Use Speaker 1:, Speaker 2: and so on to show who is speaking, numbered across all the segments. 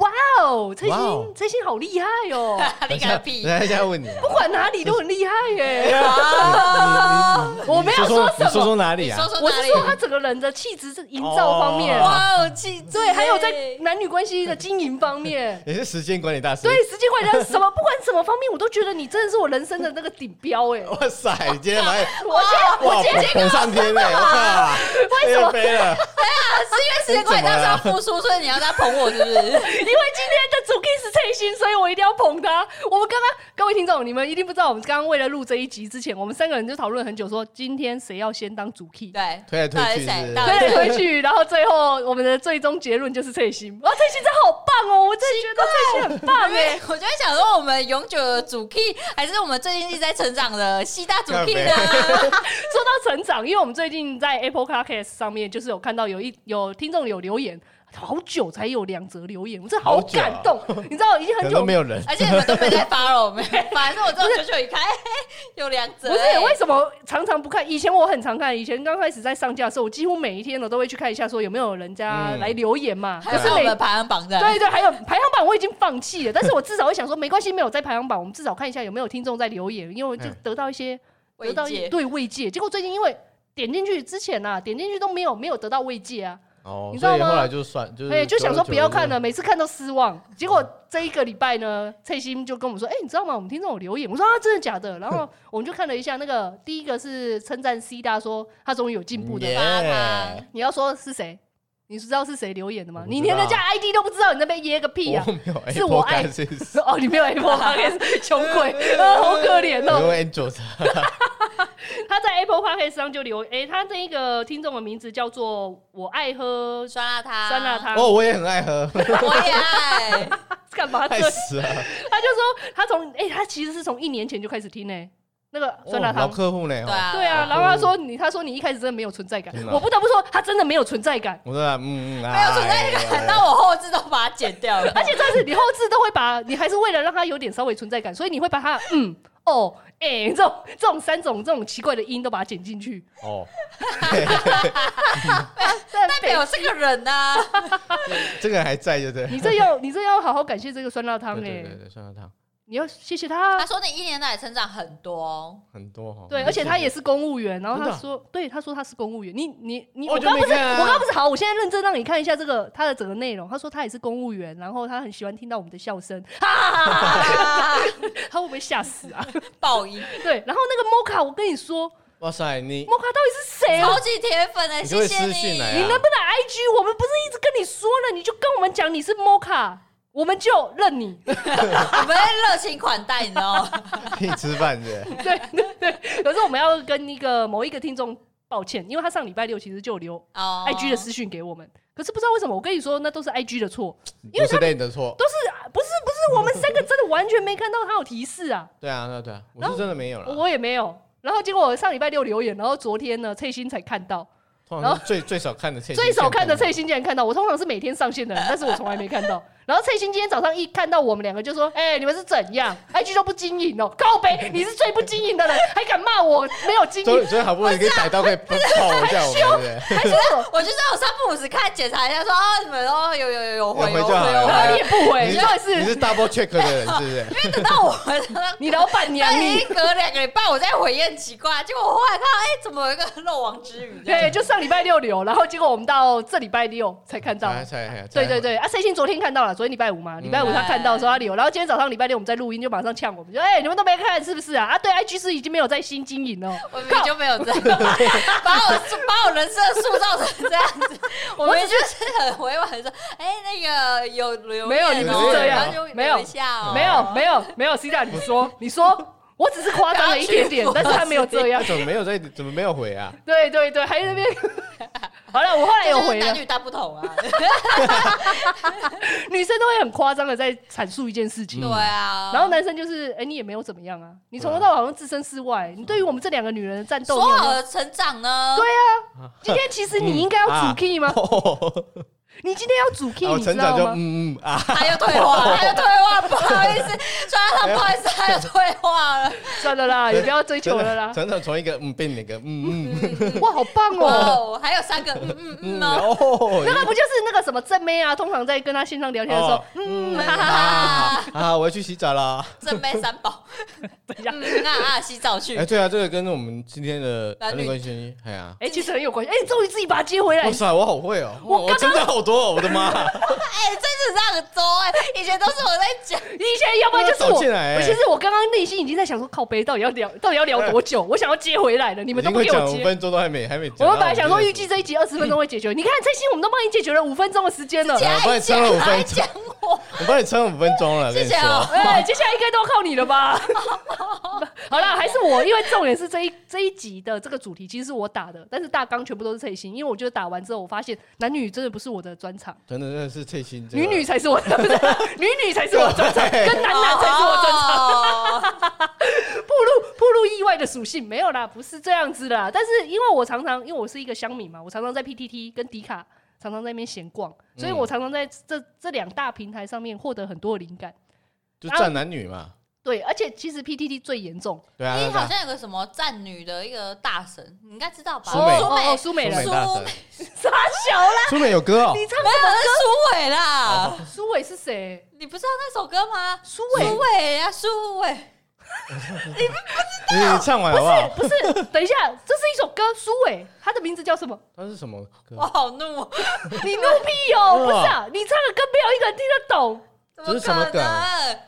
Speaker 1: 哇哦，蔡
Speaker 2: 哇
Speaker 1: 心
Speaker 2: 哦，
Speaker 1: 蔡心好厉害哦！
Speaker 2: 等一下，等一下等一下问你啊，哎
Speaker 1: 不管哪里都很厉害 耶。
Speaker 2: 你你你
Speaker 1: 我没有
Speaker 2: 说说
Speaker 1: 说什么
Speaker 2: 你说说哪里
Speaker 3: 你
Speaker 2: 啊？
Speaker 3: 说说
Speaker 1: 我
Speaker 3: 哪
Speaker 1: 是
Speaker 3: 里？
Speaker 1: 说他整个人的气质是营造方面，
Speaker 2: 哦。
Speaker 3: 哇哦，气质
Speaker 1: 对，还有在
Speaker 3: 耶
Speaker 1: 男女关系的经营方面
Speaker 2: 你是时间管理大师，
Speaker 1: 对，时间管理大师什么不管什么方面，我都觉得你真的是我人生的那个顶标哎！
Speaker 2: 哇 塞，你今天来
Speaker 1: 我觉得
Speaker 2: 哇捧上天嘞，我靠，为什么飞了？
Speaker 3: 是因为时间管理大师要复苏，所以你要再捧我，是不是？
Speaker 1: 因为今天的主 key 是蔡心，所以我一定要捧他。我们刚刚各位听众，你们一定不知道，我们刚刚为了录这一集之前，我们三个人就讨论很久，说今天谁要先当主 key。
Speaker 3: 对，
Speaker 2: 推来推去是不是
Speaker 3: 到底谁？到底
Speaker 1: 推
Speaker 3: 谁
Speaker 1: 来推去，然后最后我们的最终结论就是蔡心。哇，蔡心真好棒哦！我真的觉得蔡心很棒
Speaker 3: 因
Speaker 1: 哎
Speaker 3: 为。 我就在想说，我们永久的主 key 还是我们最近一直在成长的西大主 key 呢？
Speaker 1: 说到成长，因为我们最近在 Apple Podcast 上面就是有看到有一有听众有留言，好久才有两则留言，我真的好
Speaker 2: 好久啊
Speaker 1: 感动。你知道，已经
Speaker 2: 可
Speaker 1: 很
Speaker 2: 能
Speaker 1: 久
Speaker 2: 都没有 人，
Speaker 3: 而且你们都没在发了，我 们反正我这种九九一开 有两折、
Speaker 1: 不
Speaker 3: 欸
Speaker 1: 是为什么常常不看？以前我很常看，以前刚开始在上架的时候，我几乎每一天我都会去看一下，说有没有人家
Speaker 2: 嗯
Speaker 1: 来留言嘛。
Speaker 3: 还
Speaker 1: 可
Speaker 3: 有
Speaker 1: 是
Speaker 3: 我
Speaker 1: 每
Speaker 3: 们排行榜的，
Speaker 1: 对对，还有排行榜我已经放弃了，但是我至少会想说，没关系，没有在排行榜，我们至少看一下有没有听众在留言，因为我就
Speaker 2: 嗯
Speaker 1: 得到一些得
Speaker 3: 慰
Speaker 1: 到一
Speaker 3: 藉。
Speaker 1: 对慰藉。结果最近因为点进去之前啊，点进去都没有没有得到慰藉啊，
Speaker 2: 哦，
Speaker 1: 你知道
Speaker 2: 所
Speaker 1: 吗哎
Speaker 2: 以后来就算就是，
Speaker 1: 对，就想
Speaker 2: 啊
Speaker 1: 说不要看了，，每次看都失望。结果这一个礼拜呢，翠心就跟我们说：“哎、你知道吗？我们听众有留言。”我说：“啊，真的假的？”然后我们就看了一下，那个第一个是称赞 C 大说他终于有进步的。
Speaker 2: 耶
Speaker 3: 发 糖
Speaker 1: 你要说是谁？你知道是谁留言的吗
Speaker 2: 我？不知道
Speaker 1: 你连人家 ID 都不知道，你那边噎个屁啊
Speaker 2: 我！没有哎 Apple
Speaker 1: 是我爱
Speaker 2: Pencil，
Speaker 1: 哦，你没 有 Apple Podcast，穷鬼，啊好可怜哦。
Speaker 2: 我用 Android，
Speaker 1: 他在 Apple Podcast 上就留，哎、他这一个听众的名字叫做“我爱喝
Speaker 3: 酸辣汤，
Speaker 1: 酸辣，汤”，
Speaker 2: 哦，我也很爱喝，
Speaker 3: 我也爱。
Speaker 1: 干嘛这
Speaker 2: 爱死了，
Speaker 1: 他就说他从哎、他其实是从一年前就开始听呢、那个酸辣
Speaker 2: 哦老
Speaker 1: 汤。
Speaker 2: 客户呢，
Speaker 3: 对
Speaker 2: 哦
Speaker 3: 啊，
Speaker 1: 对啊，然后他说你，他说你一开始真的没有存在感
Speaker 2: 真，的啊
Speaker 1: 我不得不说他真的没有存在感，
Speaker 2: 我说嗯嗯，
Speaker 3: 没有存在
Speaker 2: 哎
Speaker 3: 感，到我后置都把它剪掉了。
Speaker 1: 而且但是你后置都会把，你还是为了让他有点稍微存在感，所以你会把他嗯哦哎、这种这种三种这种奇怪的音都把它剪进去，
Speaker 2: 哦，
Speaker 1: 代
Speaker 3: 代表这个人 呐、啊，
Speaker 2: 这个人还在就对，
Speaker 1: 你这要你这要好好感谢这个酸辣汤
Speaker 2: 对
Speaker 1: 哎、
Speaker 2: 对对对，酸辣汤
Speaker 1: 你要谢谢他
Speaker 3: 他。说你一年来成长很多，
Speaker 2: 很多哦，
Speaker 1: 对，而且他也是公务员，然后
Speaker 2: 真
Speaker 1: 他
Speaker 2: 的啊
Speaker 1: 说，对，他说他是公务员。你你你，
Speaker 2: 哦
Speaker 1: 我
Speaker 2: 就
Speaker 1: 刚不是，
Speaker 2: 没看啊
Speaker 1: 我刚不是好，我现在认真让你看一下这个他的整个内容。他说他也是公务员，然后他很喜欢听到我们的笑声，
Speaker 3: 啊、
Speaker 1: 他会不会吓死 啊？
Speaker 3: 爆音，
Speaker 1: 对，然后那个摩卡，我跟你说，
Speaker 2: 哇塞， 你
Speaker 1: 摩卡到底是谁啊？
Speaker 3: 超级铁粉哎、
Speaker 2: 你可不可以
Speaker 3: 谢谢
Speaker 2: 私讯来
Speaker 1: 你
Speaker 2: 啊
Speaker 3: 你。
Speaker 1: 能不能 IG？我们不是一直跟你说了，你就跟我们讲你是摩卡，我们就认你。
Speaker 3: 我们在热情款待，你哦知道吗？
Speaker 2: 可以吃饭是不是？
Speaker 1: 对对对，可是我们要跟那个某一个听众抱歉，因为他上礼拜六其实就有留
Speaker 3: 哦
Speaker 1: IG 哎的私讯给我们，可是不知道为什么，我跟你说，那都是 IG 的错。 因
Speaker 2: 不
Speaker 1: 为
Speaker 2: 是对你的错，
Speaker 1: 都是啊不是不是，我们三个真的完全没看到他有提示啊，
Speaker 2: 对啊对啊对啊，我
Speaker 1: 然
Speaker 2: 是真的没有了，
Speaker 1: 我也没有。然后结果我上礼拜六留言，然后昨天呢，翠心才看到，
Speaker 2: 通
Speaker 1: 然
Speaker 2: 常
Speaker 1: 后
Speaker 2: 是最最少看的 翠心
Speaker 1: 最少看的
Speaker 2: 先
Speaker 1: 翠心竟然看到。我通常是每天上线 的人，但是我从来没看到。然后翠心今天早上一看到我们两个，就说：“哎、你们是怎样？IG 都不经营哦，靠北，你是最不经营 的人，还敢骂我没有经
Speaker 2: 昨
Speaker 1: 营
Speaker 2: 天？昨天好不容易可以逮 到，可以爆
Speaker 1: 啊
Speaker 2: 一下我们，对不对？
Speaker 1: 还说我
Speaker 3: 我就是有三不五时看检查一下说，啊，你们哦有有有有回
Speaker 2: 有回
Speaker 3: 有
Speaker 2: 就好
Speaker 3: 回有
Speaker 2: 了
Speaker 3: 回
Speaker 1: 然后啊你，也不回，
Speaker 2: 呃你
Speaker 1: 你
Speaker 2: 是
Speaker 1: 到底
Speaker 2: 你
Speaker 1: 是
Speaker 2: 是 double check 的人是不 是？
Speaker 3: 因为等到我们
Speaker 1: 你老板娘
Speaker 3: 那已
Speaker 2: 哎
Speaker 1: 你
Speaker 3: 经隔两个礼拜，我在回验奇怪，结果我后来看到，哎、怎么有一个漏网之鱼？
Speaker 1: 对，就上礼拜六留，然后结果我们到这礼拜六才看到。
Speaker 2: 才才
Speaker 1: 对对，对，啊，蔡欣昨天看到了，昨天礼拜五
Speaker 2: 嗯
Speaker 1: 嘛，礼拜五他看到说他留，然后今天早上礼拜六我们在录音，就马上呛我们，就哎、你们都没看是不是啊？啊，对，IG 是已经没有在新经营了，
Speaker 3: 我明明就没有 这样，把我把我人设塑造成这样 子，我们就是很委婉的说，哎、那个有留啊
Speaker 1: 没有你
Speaker 2: 不是这样
Speaker 1: 没有
Speaker 3: 一下、哦，
Speaker 1: 没有没有没有，C 大你说你说，我只是夸张了一 点点，但是他没有这样
Speaker 2: 他，怎么没有在？怎么没有回 啊？
Speaker 1: 对对对，还在那边。好了，我后来有
Speaker 3: 就是
Speaker 1: 回了
Speaker 3: 男，女大不同 啊，
Speaker 1: 女生都会很夸张的在阐述一件事情
Speaker 3: 对，
Speaker 2: 嗯
Speaker 3: 啊，
Speaker 1: 然后？男生就是哎、你也没有怎么样啊，你从头到尾好像置身事外，
Speaker 2: 嗯
Speaker 1: 你对于我们这两个女人的战斗，
Speaker 3: 说
Speaker 1: 你有没
Speaker 3: 好
Speaker 1: 有
Speaker 3: 的成长呢？
Speaker 1: 对啊，今天其实你应该要主 key 吗？
Speaker 2: 哦
Speaker 1: 你今天要主 key，
Speaker 2: 啊我
Speaker 1: 你知
Speaker 2: 成长就
Speaker 1: 道吗？
Speaker 2: 嗯嗯啊，
Speaker 3: 他又退化了，他又退化，不好意思，川上，不好意思，他又退化了。
Speaker 1: 算了啦，也不要追求了啦。
Speaker 2: 成长从一个嗯变两个嗯嗯
Speaker 1: 哇，好棒
Speaker 3: 哇
Speaker 1: 哦！
Speaker 3: 哦，还有三个嗯嗯嗯
Speaker 2: 嗯
Speaker 3: 哦，
Speaker 2: 哦
Speaker 1: 那他不就是那个什么正妹啊？通常在跟他线上聊天的时候
Speaker 2: 哦，
Speaker 1: 嗯，
Speaker 2: 啊啊啊！我要去洗澡啦。
Speaker 3: 正妹三 宝。
Speaker 1: 一下
Speaker 3: 嗯啊啊，洗澡 去
Speaker 2: 哎，。对啊，这个跟我们今天的
Speaker 3: 男
Speaker 2: 男
Speaker 3: 女
Speaker 2: 女关系，哎呀，
Speaker 1: 哎，其实很有关系。哎，你终于自己把它接回来
Speaker 2: 哇，塞，我好会哦，
Speaker 1: 我
Speaker 2: 我成长好多哦，我的妈！
Speaker 3: 哎，真是让周哎，以前都是我在讲，
Speaker 2: 哎
Speaker 1: 你现在要不然就是
Speaker 2: 我
Speaker 1: 我，
Speaker 2: 走进来哎
Speaker 1: 其实我刚刚内心已经在想说，靠背到底要聊， 到底要聊多久？我想要接回来了， 你
Speaker 2: 你
Speaker 1: 们都不给我
Speaker 2: 五
Speaker 1: 接。
Speaker 2: 分钟都还没还没讲。啊
Speaker 1: 我们本来想说预计
Speaker 2: 然
Speaker 1: 这一集二十分钟会解决，你看蔡心，我们都帮你解决了五分钟的时间了。
Speaker 2: 啊
Speaker 3: 还
Speaker 2: 不然
Speaker 3: 讲
Speaker 2: 撑了五分钟
Speaker 3: 还讲我，
Speaker 2: 后我帮你撑了五分钟了，
Speaker 3: 谢
Speaker 2: 跟你
Speaker 3: 谢哦
Speaker 2: 说。
Speaker 1: 哎、接下来应该都要靠你了吧？好啦，还是我，因为重点是这一这一集的这个主题其实是我打的，但是大纲全部都是蔡心，因为我觉得打完之后，我发现男女真的不是我的专场，
Speaker 2: 真的真的是翠心，
Speaker 1: 女女才是我的，不是 女女才是我的专场，
Speaker 2: 对
Speaker 1: 跟男男才是我的专场。
Speaker 3: 场。
Speaker 1: 暴露暴露意外的属性没有啦，不是这样子啦。但是因为我常常因为我是一个乡民嘛，我常常在 PTT 跟迪卡常常在那边闲逛，所以我常常在这这两大平台上面获得很多的灵感。
Speaker 2: 就站男女嘛，
Speaker 1: 对，而且其实 PTT 最严重，
Speaker 2: 对啊，
Speaker 3: 你
Speaker 2: 对
Speaker 3: 哎好
Speaker 2: 啊
Speaker 3: 像有个什么战女的一个大神，你应该知道吧？
Speaker 2: 苏美
Speaker 3: 苏
Speaker 1: 哦
Speaker 3: 美
Speaker 1: 哦，苏美
Speaker 2: 苏美
Speaker 1: 人
Speaker 3: 苏
Speaker 2: 大神，
Speaker 1: 傻小啦，
Speaker 2: 苏美有歌 哦，
Speaker 1: 你唱
Speaker 3: 没有哎那是苏伟啦，
Speaker 1: 苏伟是谁？
Speaker 3: 你不知道那首歌吗？
Speaker 1: 苏伟
Speaker 3: 苏伟啊，苏伟，
Speaker 2: 你你唱完好不好？
Speaker 1: 不是？等一下，这是一首歌，苏伟，他的名字叫什么？
Speaker 2: 它是什么歌
Speaker 3: 我？好怒哦，
Speaker 1: 你怒屁哦，不是啊，你唱的歌没有一个人听得懂。
Speaker 3: 怎
Speaker 2: 这
Speaker 3: 么
Speaker 2: 是什么
Speaker 3: 可
Speaker 2: 梗
Speaker 3: 能？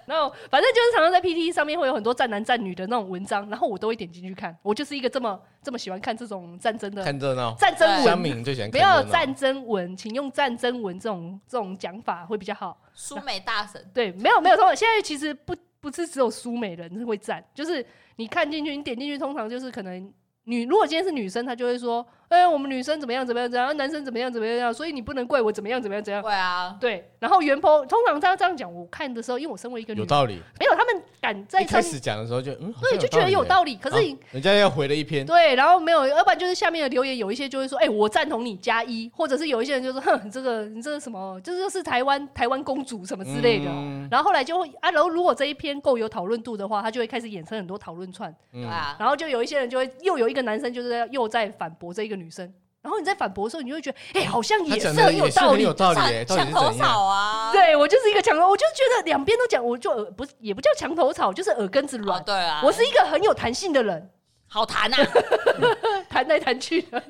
Speaker 1: 然后反正就是常常在 PTT 上面会有很多战男战女的那种文章，然后我都会点进去看。我就是一个这么这么喜欢看这种战争的
Speaker 2: 看热闹，
Speaker 1: 战争
Speaker 2: 乡
Speaker 1: 文，
Speaker 2: 民最喜欢
Speaker 1: 不
Speaker 2: 看
Speaker 1: 要
Speaker 2: 热
Speaker 1: 有
Speaker 2: 闹。
Speaker 1: 战争文，请用战争文这种这种讲法会比较好。
Speaker 3: 苏美大神，
Speaker 1: 对，没有没有，通常现在其实不不是只有苏美人会战，就是你看进去，你点进去，通常就是可能女，如果今天是女生，她就会说，哎、我们女生怎么样怎么样怎么样，男生怎么样怎么样，所以你不能怪我怎么样怎么样怎样。
Speaker 3: 对啊，
Speaker 1: 对，然后袁鹏通常他这样讲，我看的时候，因为我身为一个女
Speaker 2: 有，道理，
Speaker 1: 没有他们敢在
Speaker 2: 一
Speaker 1: 上
Speaker 2: 开
Speaker 1: 面
Speaker 2: 始讲的时候就嗯，好像
Speaker 1: 对，就觉得有
Speaker 2: 理
Speaker 1: 道理。可是你
Speaker 2: 耶。人家要回了一篇，
Speaker 1: 对，然后没有，要不然就是下面的留言有一些就会说，哎、我赞同你加一，或者是有一些人就说，哼，你这个你这个什么，这就是台湾台湾公主什么之类的。哦
Speaker 2: 嗯
Speaker 1: 然后后来就会啊，然后如果这一篇够有讨论度的话，它就会开始衍生很多讨论串，
Speaker 2: 嗯
Speaker 3: 对啊，
Speaker 1: 然后就有一些人就会又有一个男生就是在又在反驳这一个女生，然后你在反驳的时候，你就会觉得，哎、好像
Speaker 2: 他
Speaker 1: 也是
Speaker 2: 讲的
Speaker 1: 很
Speaker 2: 也
Speaker 1: 有
Speaker 2: 是
Speaker 1: 道
Speaker 2: 很
Speaker 1: 理
Speaker 2: 有道理耶，到底
Speaker 3: 墙
Speaker 2: 是
Speaker 3: 头
Speaker 2: 怎样？
Speaker 3: 草啊，
Speaker 1: 对我就是一个墙头，我就觉得两边都讲，我就耳不是也不叫墙头草，就是耳根子
Speaker 3: 哦
Speaker 1: 软。
Speaker 3: 对啊，
Speaker 1: 我是一个很有弹性的人，
Speaker 3: 好谈啊，
Speaker 1: 弹来弹去的。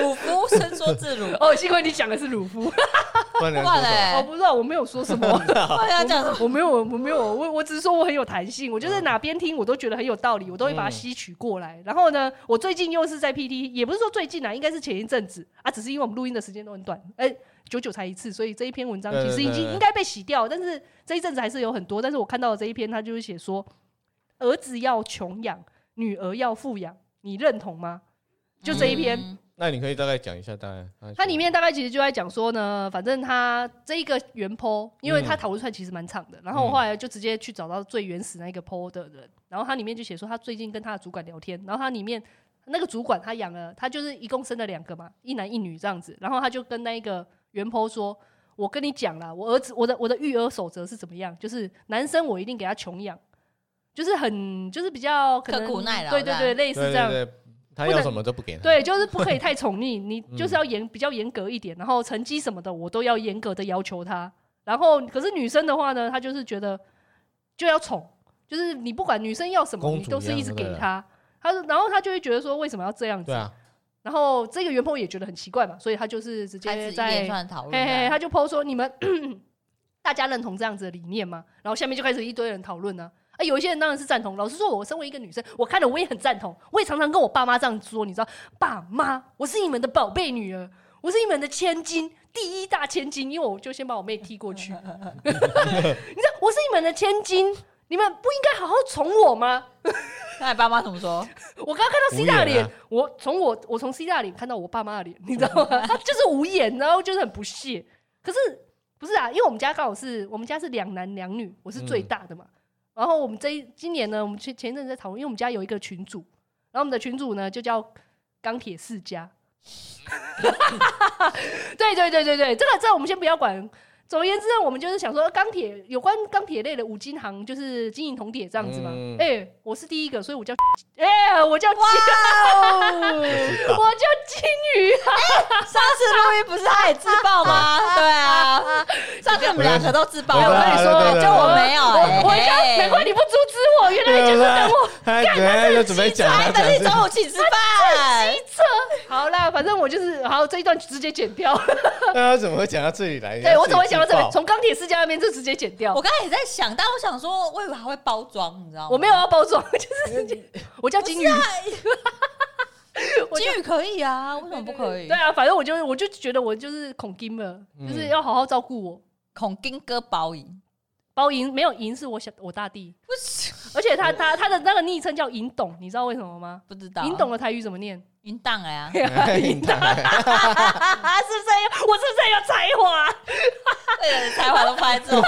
Speaker 3: 鲁夫伸缩自如，
Speaker 1: 哦，幸亏你讲的是鲁 夫，
Speaker 2: 不然哦人家
Speaker 3: 哇
Speaker 2: 说什么
Speaker 3: 嘞，
Speaker 1: 我哦不知道，我没有说什么，
Speaker 3: 我
Speaker 2: 啊
Speaker 3: 要讲什么？
Speaker 1: 我没有，我没有，我我只是说我很有弹性，我
Speaker 2: 嗯
Speaker 1: 就是哪边听我都觉得很有道理，我都会把它吸取过来。然后呢，我最近又是在 PT，也不是说最近啊，应该是前一阵子啊，只是因为我们录音的时间都很短，哎、久久才一次，所以这一篇文章
Speaker 2: 对
Speaker 1: 其
Speaker 2: 对
Speaker 1: 实已
Speaker 2: 对
Speaker 1: 经
Speaker 2: 对
Speaker 1: 应该被洗掉，但是这一阵子还是有很多。但是我看到的这一篇，他就是写说，儿子要穷养，女儿要富养，你认同吗？就这一篇，
Speaker 3: 嗯
Speaker 2: 那你可以大概讲一下，大概
Speaker 1: 它里面大概其实就在讲说呢，反正它这一个原 PO，因
Speaker 2: 嗯
Speaker 1: 为它讨论出来其实蛮长的，然后我后来就直接去找到最原始那个 PO 的人，然后它里面就写说他最近跟他的主管聊天，然后他里面那个主管他养了，他就是一共生了两个嘛，一男一女这样子，然后他就跟那一个原 PO 说。我跟你讲啦，我儿子我的我的育儿守则是怎么样？就是男生我一定给他穷养，就是很就是比较可能
Speaker 3: 刻苦耐劳
Speaker 1: 对对
Speaker 3: 这
Speaker 1: 对，类似
Speaker 2: 对
Speaker 1: 这样。
Speaker 2: 对对，他
Speaker 1: 不
Speaker 2: 要
Speaker 1: 能
Speaker 2: 什么都不给他，
Speaker 1: 对，就是不可以太宠溺，你
Speaker 2: 嗯
Speaker 1: 就是要严比较严格一点，然后成绩什么的我都要严格的要求他。然后可是女生的话呢，她就是觉得就要宠，就是你不管女生要什么，
Speaker 2: 公
Speaker 1: 你
Speaker 2: 主
Speaker 1: 都是
Speaker 2: 一
Speaker 1: 一
Speaker 2: 样
Speaker 1: 直
Speaker 2: 就对
Speaker 1: 给
Speaker 2: 了
Speaker 1: 她。她就然后她就会觉得说为什么要这样子？
Speaker 2: 对啊，
Speaker 1: 然后这个原 po 也觉得很奇怪嘛，所以她就是直
Speaker 3: 开始一
Speaker 1: 接在
Speaker 3: 连串讨论
Speaker 1: 嘿嘿，
Speaker 3: 啊，
Speaker 1: 他就 PO 说你们 大家认同这样子的理念吗？然后下面就开始一堆人讨论呢。啊，有一些人当然是赞同。老实说，我身为一个女生，我看了我也很赞同。我也常常跟我爸妈这样说，你知道，爸妈，我是你们的宝贝女儿，我是你们的千金，第一大千金。因为我就先把我妹踢过去，你 知道，我是你们的千金，你们不应该好好宠我吗？
Speaker 3: 那你爸妈怎么 说？
Speaker 1: 我刚刚看到 C 大
Speaker 2: 无
Speaker 1: 的脸，
Speaker 2: 言啊
Speaker 1: 我从我我从 C 大的脸看到我爸妈的脸，你知道 吗？他就是无言，然后就是很不屑。可是不是啊？因为我们家刚好是我们家是两男两女，我是最
Speaker 2: 嗯
Speaker 1: 大的嘛。然后我们这一今年呢，我 们前前一阵子在讨论，因为我们家有一个群主，然后我们的群主呢就叫钢铁世家，对对对对对，这个这个我们先不要管。总而言之呢，我们就是想说钢铁有关钢铁类的五金行，就是金银铜铁这样子嘛。哎、
Speaker 2: 嗯
Speaker 1: 我是第一个，所以我叫哎、我叫金，哦
Speaker 2: 知道
Speaker 1: 我叫金鱼啊。
Speaker 3: 上次录音不是他也自爆 吗？对啊，上次我们两个都自爆，
Speaker 2: 我
Speaker 3: 我
Speaker 2: 知道
Speaker 3: 跟你
Speaker 2: 对对对
Speaker 3: 说，就我没有哎，
Speaker 1: 我刚难怪你不阻止我，原来你就是等哎我
Speaker 2: 啊他原来就准备讲
Speaker 3: 还
Speaker 2: 他
Speaker 3: 等你
Speaker 2: 讲啊
Speaker 3: 中午请吃饭，
Speaker 1: 车。好啦，反正我就是好这一段直接剪掉。
Speaker 2: 那他怎么会讲到这里来？
Speaker 1: 对我怎么会想到这
Speaker 2: 里
Speaker 1: 边？？从钢铁世家那边就直接剪掉
Speaker 3: 我。刚才也在想，但我想说，我以为还会包装，你知道吗？
Speaker 1: 我没有要包装，就是
Speaker 3: 啊
Speaker 1: 我叫金鱼。 我就
Speaker 3: 金鱼可以啊，为什么不可以？
Speaker 1: 对啊，反正我就我就觉得我就是恐金了，就是要好好照顾我。
Speaker 3: 孔金哥包赢，
Speaker 1: 包银没有银是我小我大弟，
Speaker 3: 不是
Speaker 1: 而且他他他的那个昵称叫银董，你知道为什么吗？
Speaker 3: 不知道
Speaker 1: 银董的台语怎么念？，
Speaker 3: 淫荡了呀
Speaker 2: 哎
Speaker 1: 银董，是不是？ 我是不是很有才华？
Speaker 3: 对才华都拍中，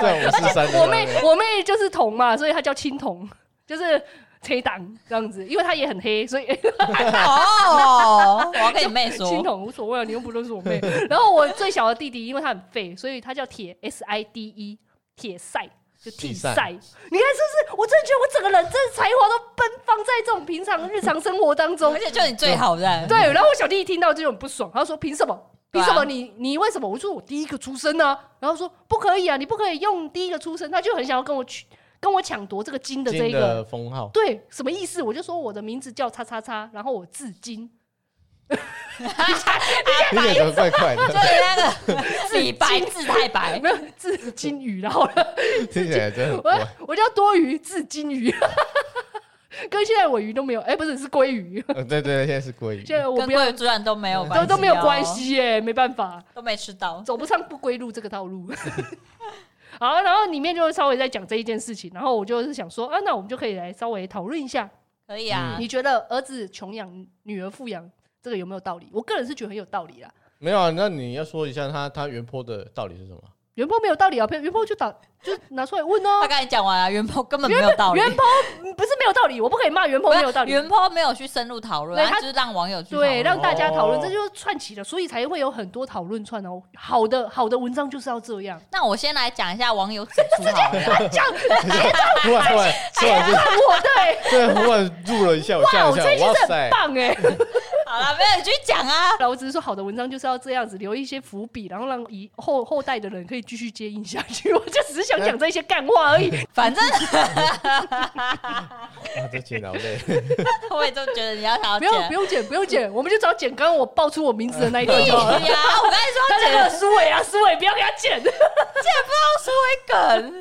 Speaker 2: 对，我是三
Speaker 1: 我妹我妹就是童嘛，所以她叫青童，就是黑党这样子，因为她也很黑，所以
Speaker 3: 哦，我要跟你妹说，
Speaker 1: 青童无所谓啊了，你又不认识我妹。然后我最小的弟弟，因为他很废，所以他叫铁 S I D E 铁赛。就替
Speaker 2: 替赛
Speaker 1: 赛，你看是不是？我真的觉得我整个人真的才华都奔放在这种平常日常生活 当中
Speaker 3: 而。且就你最好的，
Speaker 1: 对，然后我小弟一听到就很不爽，他说：“凭什么？
Speaker 3: 对
Speaker 1: 凭
Speaker 3: 啊
Speaker 1: 什么你你为什么？”我说：“我第一个出生呢、啊。”然后说：“不可以啊，你不可以用第一个出生。”他就很想要跟我去跟我抢夺这个金的这
Speaker 2: 金
Speaker 1: 一个
Speaker 2: 的封号，
Speaker 1: 对，什么意思？我就说我的名字叫叉叉叉，然后我至今哎
Speaker 2: 你感觉怪怪
Speaker 3: 就
Speaker 2: 的，
Speaker 3: 你那个李白字太白，
Speaker 1: 没有至今鱼了，好了，
Speaker 2: 听起来真的很
Speaker 1: 我
Speaker 2: 怪。
Speaker 1: 我叫多鱼至今鱼， 跟现在尾鱼都没有，哎、不是是鲑鱼，
Speaker 2: 呃对对，对现在是鲑鱼，
Speaker 1: 现在我
Speaker 3: 跟
Speaker 1: 不要
Speaker 3: 桂圆主任都没有关
Speaker 1: 都
Speaker 3: 系，哦
Speaker 1: 都没有关，系耶、没办法，
Speaker 3: 都没吃到。
Speaker 1: 走不上不归路这个道路。 好，然后里面就稍微在讲这一件事情，然后我就是想说，啊，那我们就可以来稍微讨论一下，
Speaker 3: 可以啊，
Speaker 1: 你觉得儿子穷养，女儿富养，这个有没有道理？我个人是觉得很有道理啦。
Speaker 2: 没有啊？那你要说一下他他原坡的到底是什么？
Speaker 1: 袁波没有道理啊，袁波就打就拿出来问啊
Speaker 3: 他，刚才讲完了，元坡根本没有道理，
Speaker 1: 袁波嗯不是没有道理，我不可以骂袁波没有道理。
Speaker 3: 元坡没有去深入讨论，
Speaker 1: 对
Speaker 3: 他
Speaker 1: 他
Speaker 3: 就是让网友去
Speaker 1: 对，
Speaker 3: 讨
Speaker 1: 让
Speaker 3: 论
Speaker 1: 大家讨论，
Speaker 2: 哦
Speaker 1: 这就是串起了，所以才会有很多讨论串哦。好的，好的文章就是要 这样。
Speaker 3: 那我先来讲一下网友指出好 了，
Speaker 1: 哎
Speaker 2: 突然突然突然就
Speaker 1: 我 对，
Speaker 2: 对，突然入了一下，我吓
Speaker 1: 哇，
Speaker 2: 一
Speaker 1: 我
Speaker 2: 跳，
Speaker 1: 最近
Speaker 2: 哇
Speaker 1: 是很
Speaker 2: 塞！
Speaker 1: 棒哎。
Speaker 3: 好了，没有你去讲啊，
Speaker 1: 然后我只是说，好的文章就是要这样子，留一些伏笔，然后让以后后代的人可以继续接应下去。我就只是想讲这些干话 而已。
Speaker 3: 反正
Speaker 2: 哇，这群劳累，
Speaker 3: 我也就觉得你要想要
Speaker 1: 不用，
Speaker 3: 讲
Speaker 1: 不。用剪，不用剪，我们就只要剪刚刚我报出我名字的那一段
Speaker 3: 屁
Speaker 1: 就 好了。
Speaker 3: 呀！我刚才说
Speaker 1: 那
Speaker 3: 剪
Speaker 1: 个苏伟啊，苏伟，不要给他
Speaker 3: 嗯
Speaker 1: 剪。
Speaker 3: 梗，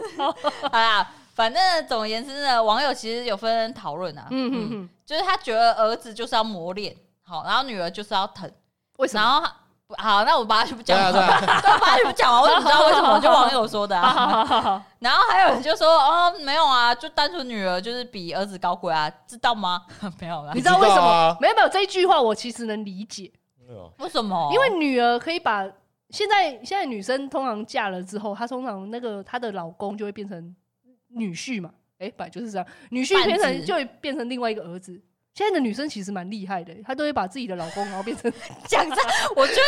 Speaker 3: 好啦，反正总而言之呢，网友其实有分讨论啊，
Speaker 1: 嗯嗯嗯，
Speaker 3: 就是他觉得儿子就是要磨练，好，然后女儿就是要疼，
Speaker 1: 为什
Speaker 3: 然
Speaker 1: 么？
Speaker 3: 后好，那我把它全部
Speaker 2: 对
Speaker 3: 讲
Speaker 2: 啊
Speaker 3: 完，
Speaker 2: 对
Speaker 3: 对，
Speaker 2: 啊，
Speaker 3: 我把它全部讲完，我怎么知道为什么？就网友说的
Speaker 1: 好好
Speaker 3: 啊。
Speaker 1: 好好 好。
Speaker 3: 然后还有人就说，哦，没有啊，就单纯女儿就是比儿子高贵啊，知道吗？没有啦
Speaker 1: 你，知道为什
Speaker 2: 知道
Speaker 1: 么
Speaker 2: 啊？
Speaker 1: 没有没有这一句话，我其实能理解，
Speaker 2: 哎呦
Speaker 3: 为什么？
Speaker 1: 因为女儿可以把现在现在女生通常嫁了之后，她通常那个她的老公就会变成女婿嘛，哎，本来就是这样，女婿
Speaker 3: 半
Speaker 1: 变成
Speaker 3: 子
Speaker 1: 就会变成另外一个儿子。现在的女生其实蛮厉害的，她都会把自己的老公，然后变 成……哎，
Speaker 3: 讲这，我觉得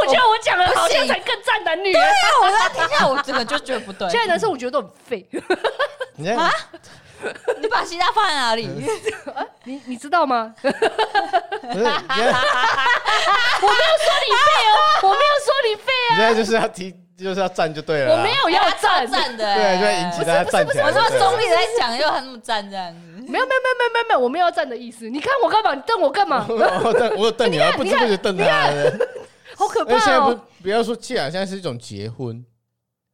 Speaker 1: 我觉得我讲的好
Speaker 3: 不行
Speaker 1: 像才更赞男女。
Speaker 3: 我
Speaker 1: 啊
Speaker 3: 在听下，我整个就觉得不对。
Speaker 1: 现在男生我觉得都很 废，
Speaker 2: 你看
Speaker 3: 你把希腊放在哪里？
Speaker 1: 你你知道吗？
Speaker 2: 不是，你看
Speaker 1: 我没有说你废哦，我没有说你废
Speaker 2: 你现在就是要提，就是要站就对了
Speaker 1: 啊，
Speaker 2: 啦。
Speaker 1: 我没有要赞，
Speaker 3: 站的、
Speaker 2: 对，就要引起大家站起来
Speaker 3: 我
Speaker 2: 就对了。
Speaker 3: 说中立的在讲，又他那么站这样子，
Speaker 1: 没有没有没有没有没有，我没有要赞的意思。你看我干嘛？你瞪我 干嘛？
Speaker 2: 我瞪，我有瞪你啊，不知不觉瞪他了。
Speaker 1: 好可
Speaker 2: 而且现
Speaker 1: 怕
Speaker 2: 在
Speaker 1: 哦！
Speaker 2: 不不要说弃养，现在是一种结婚。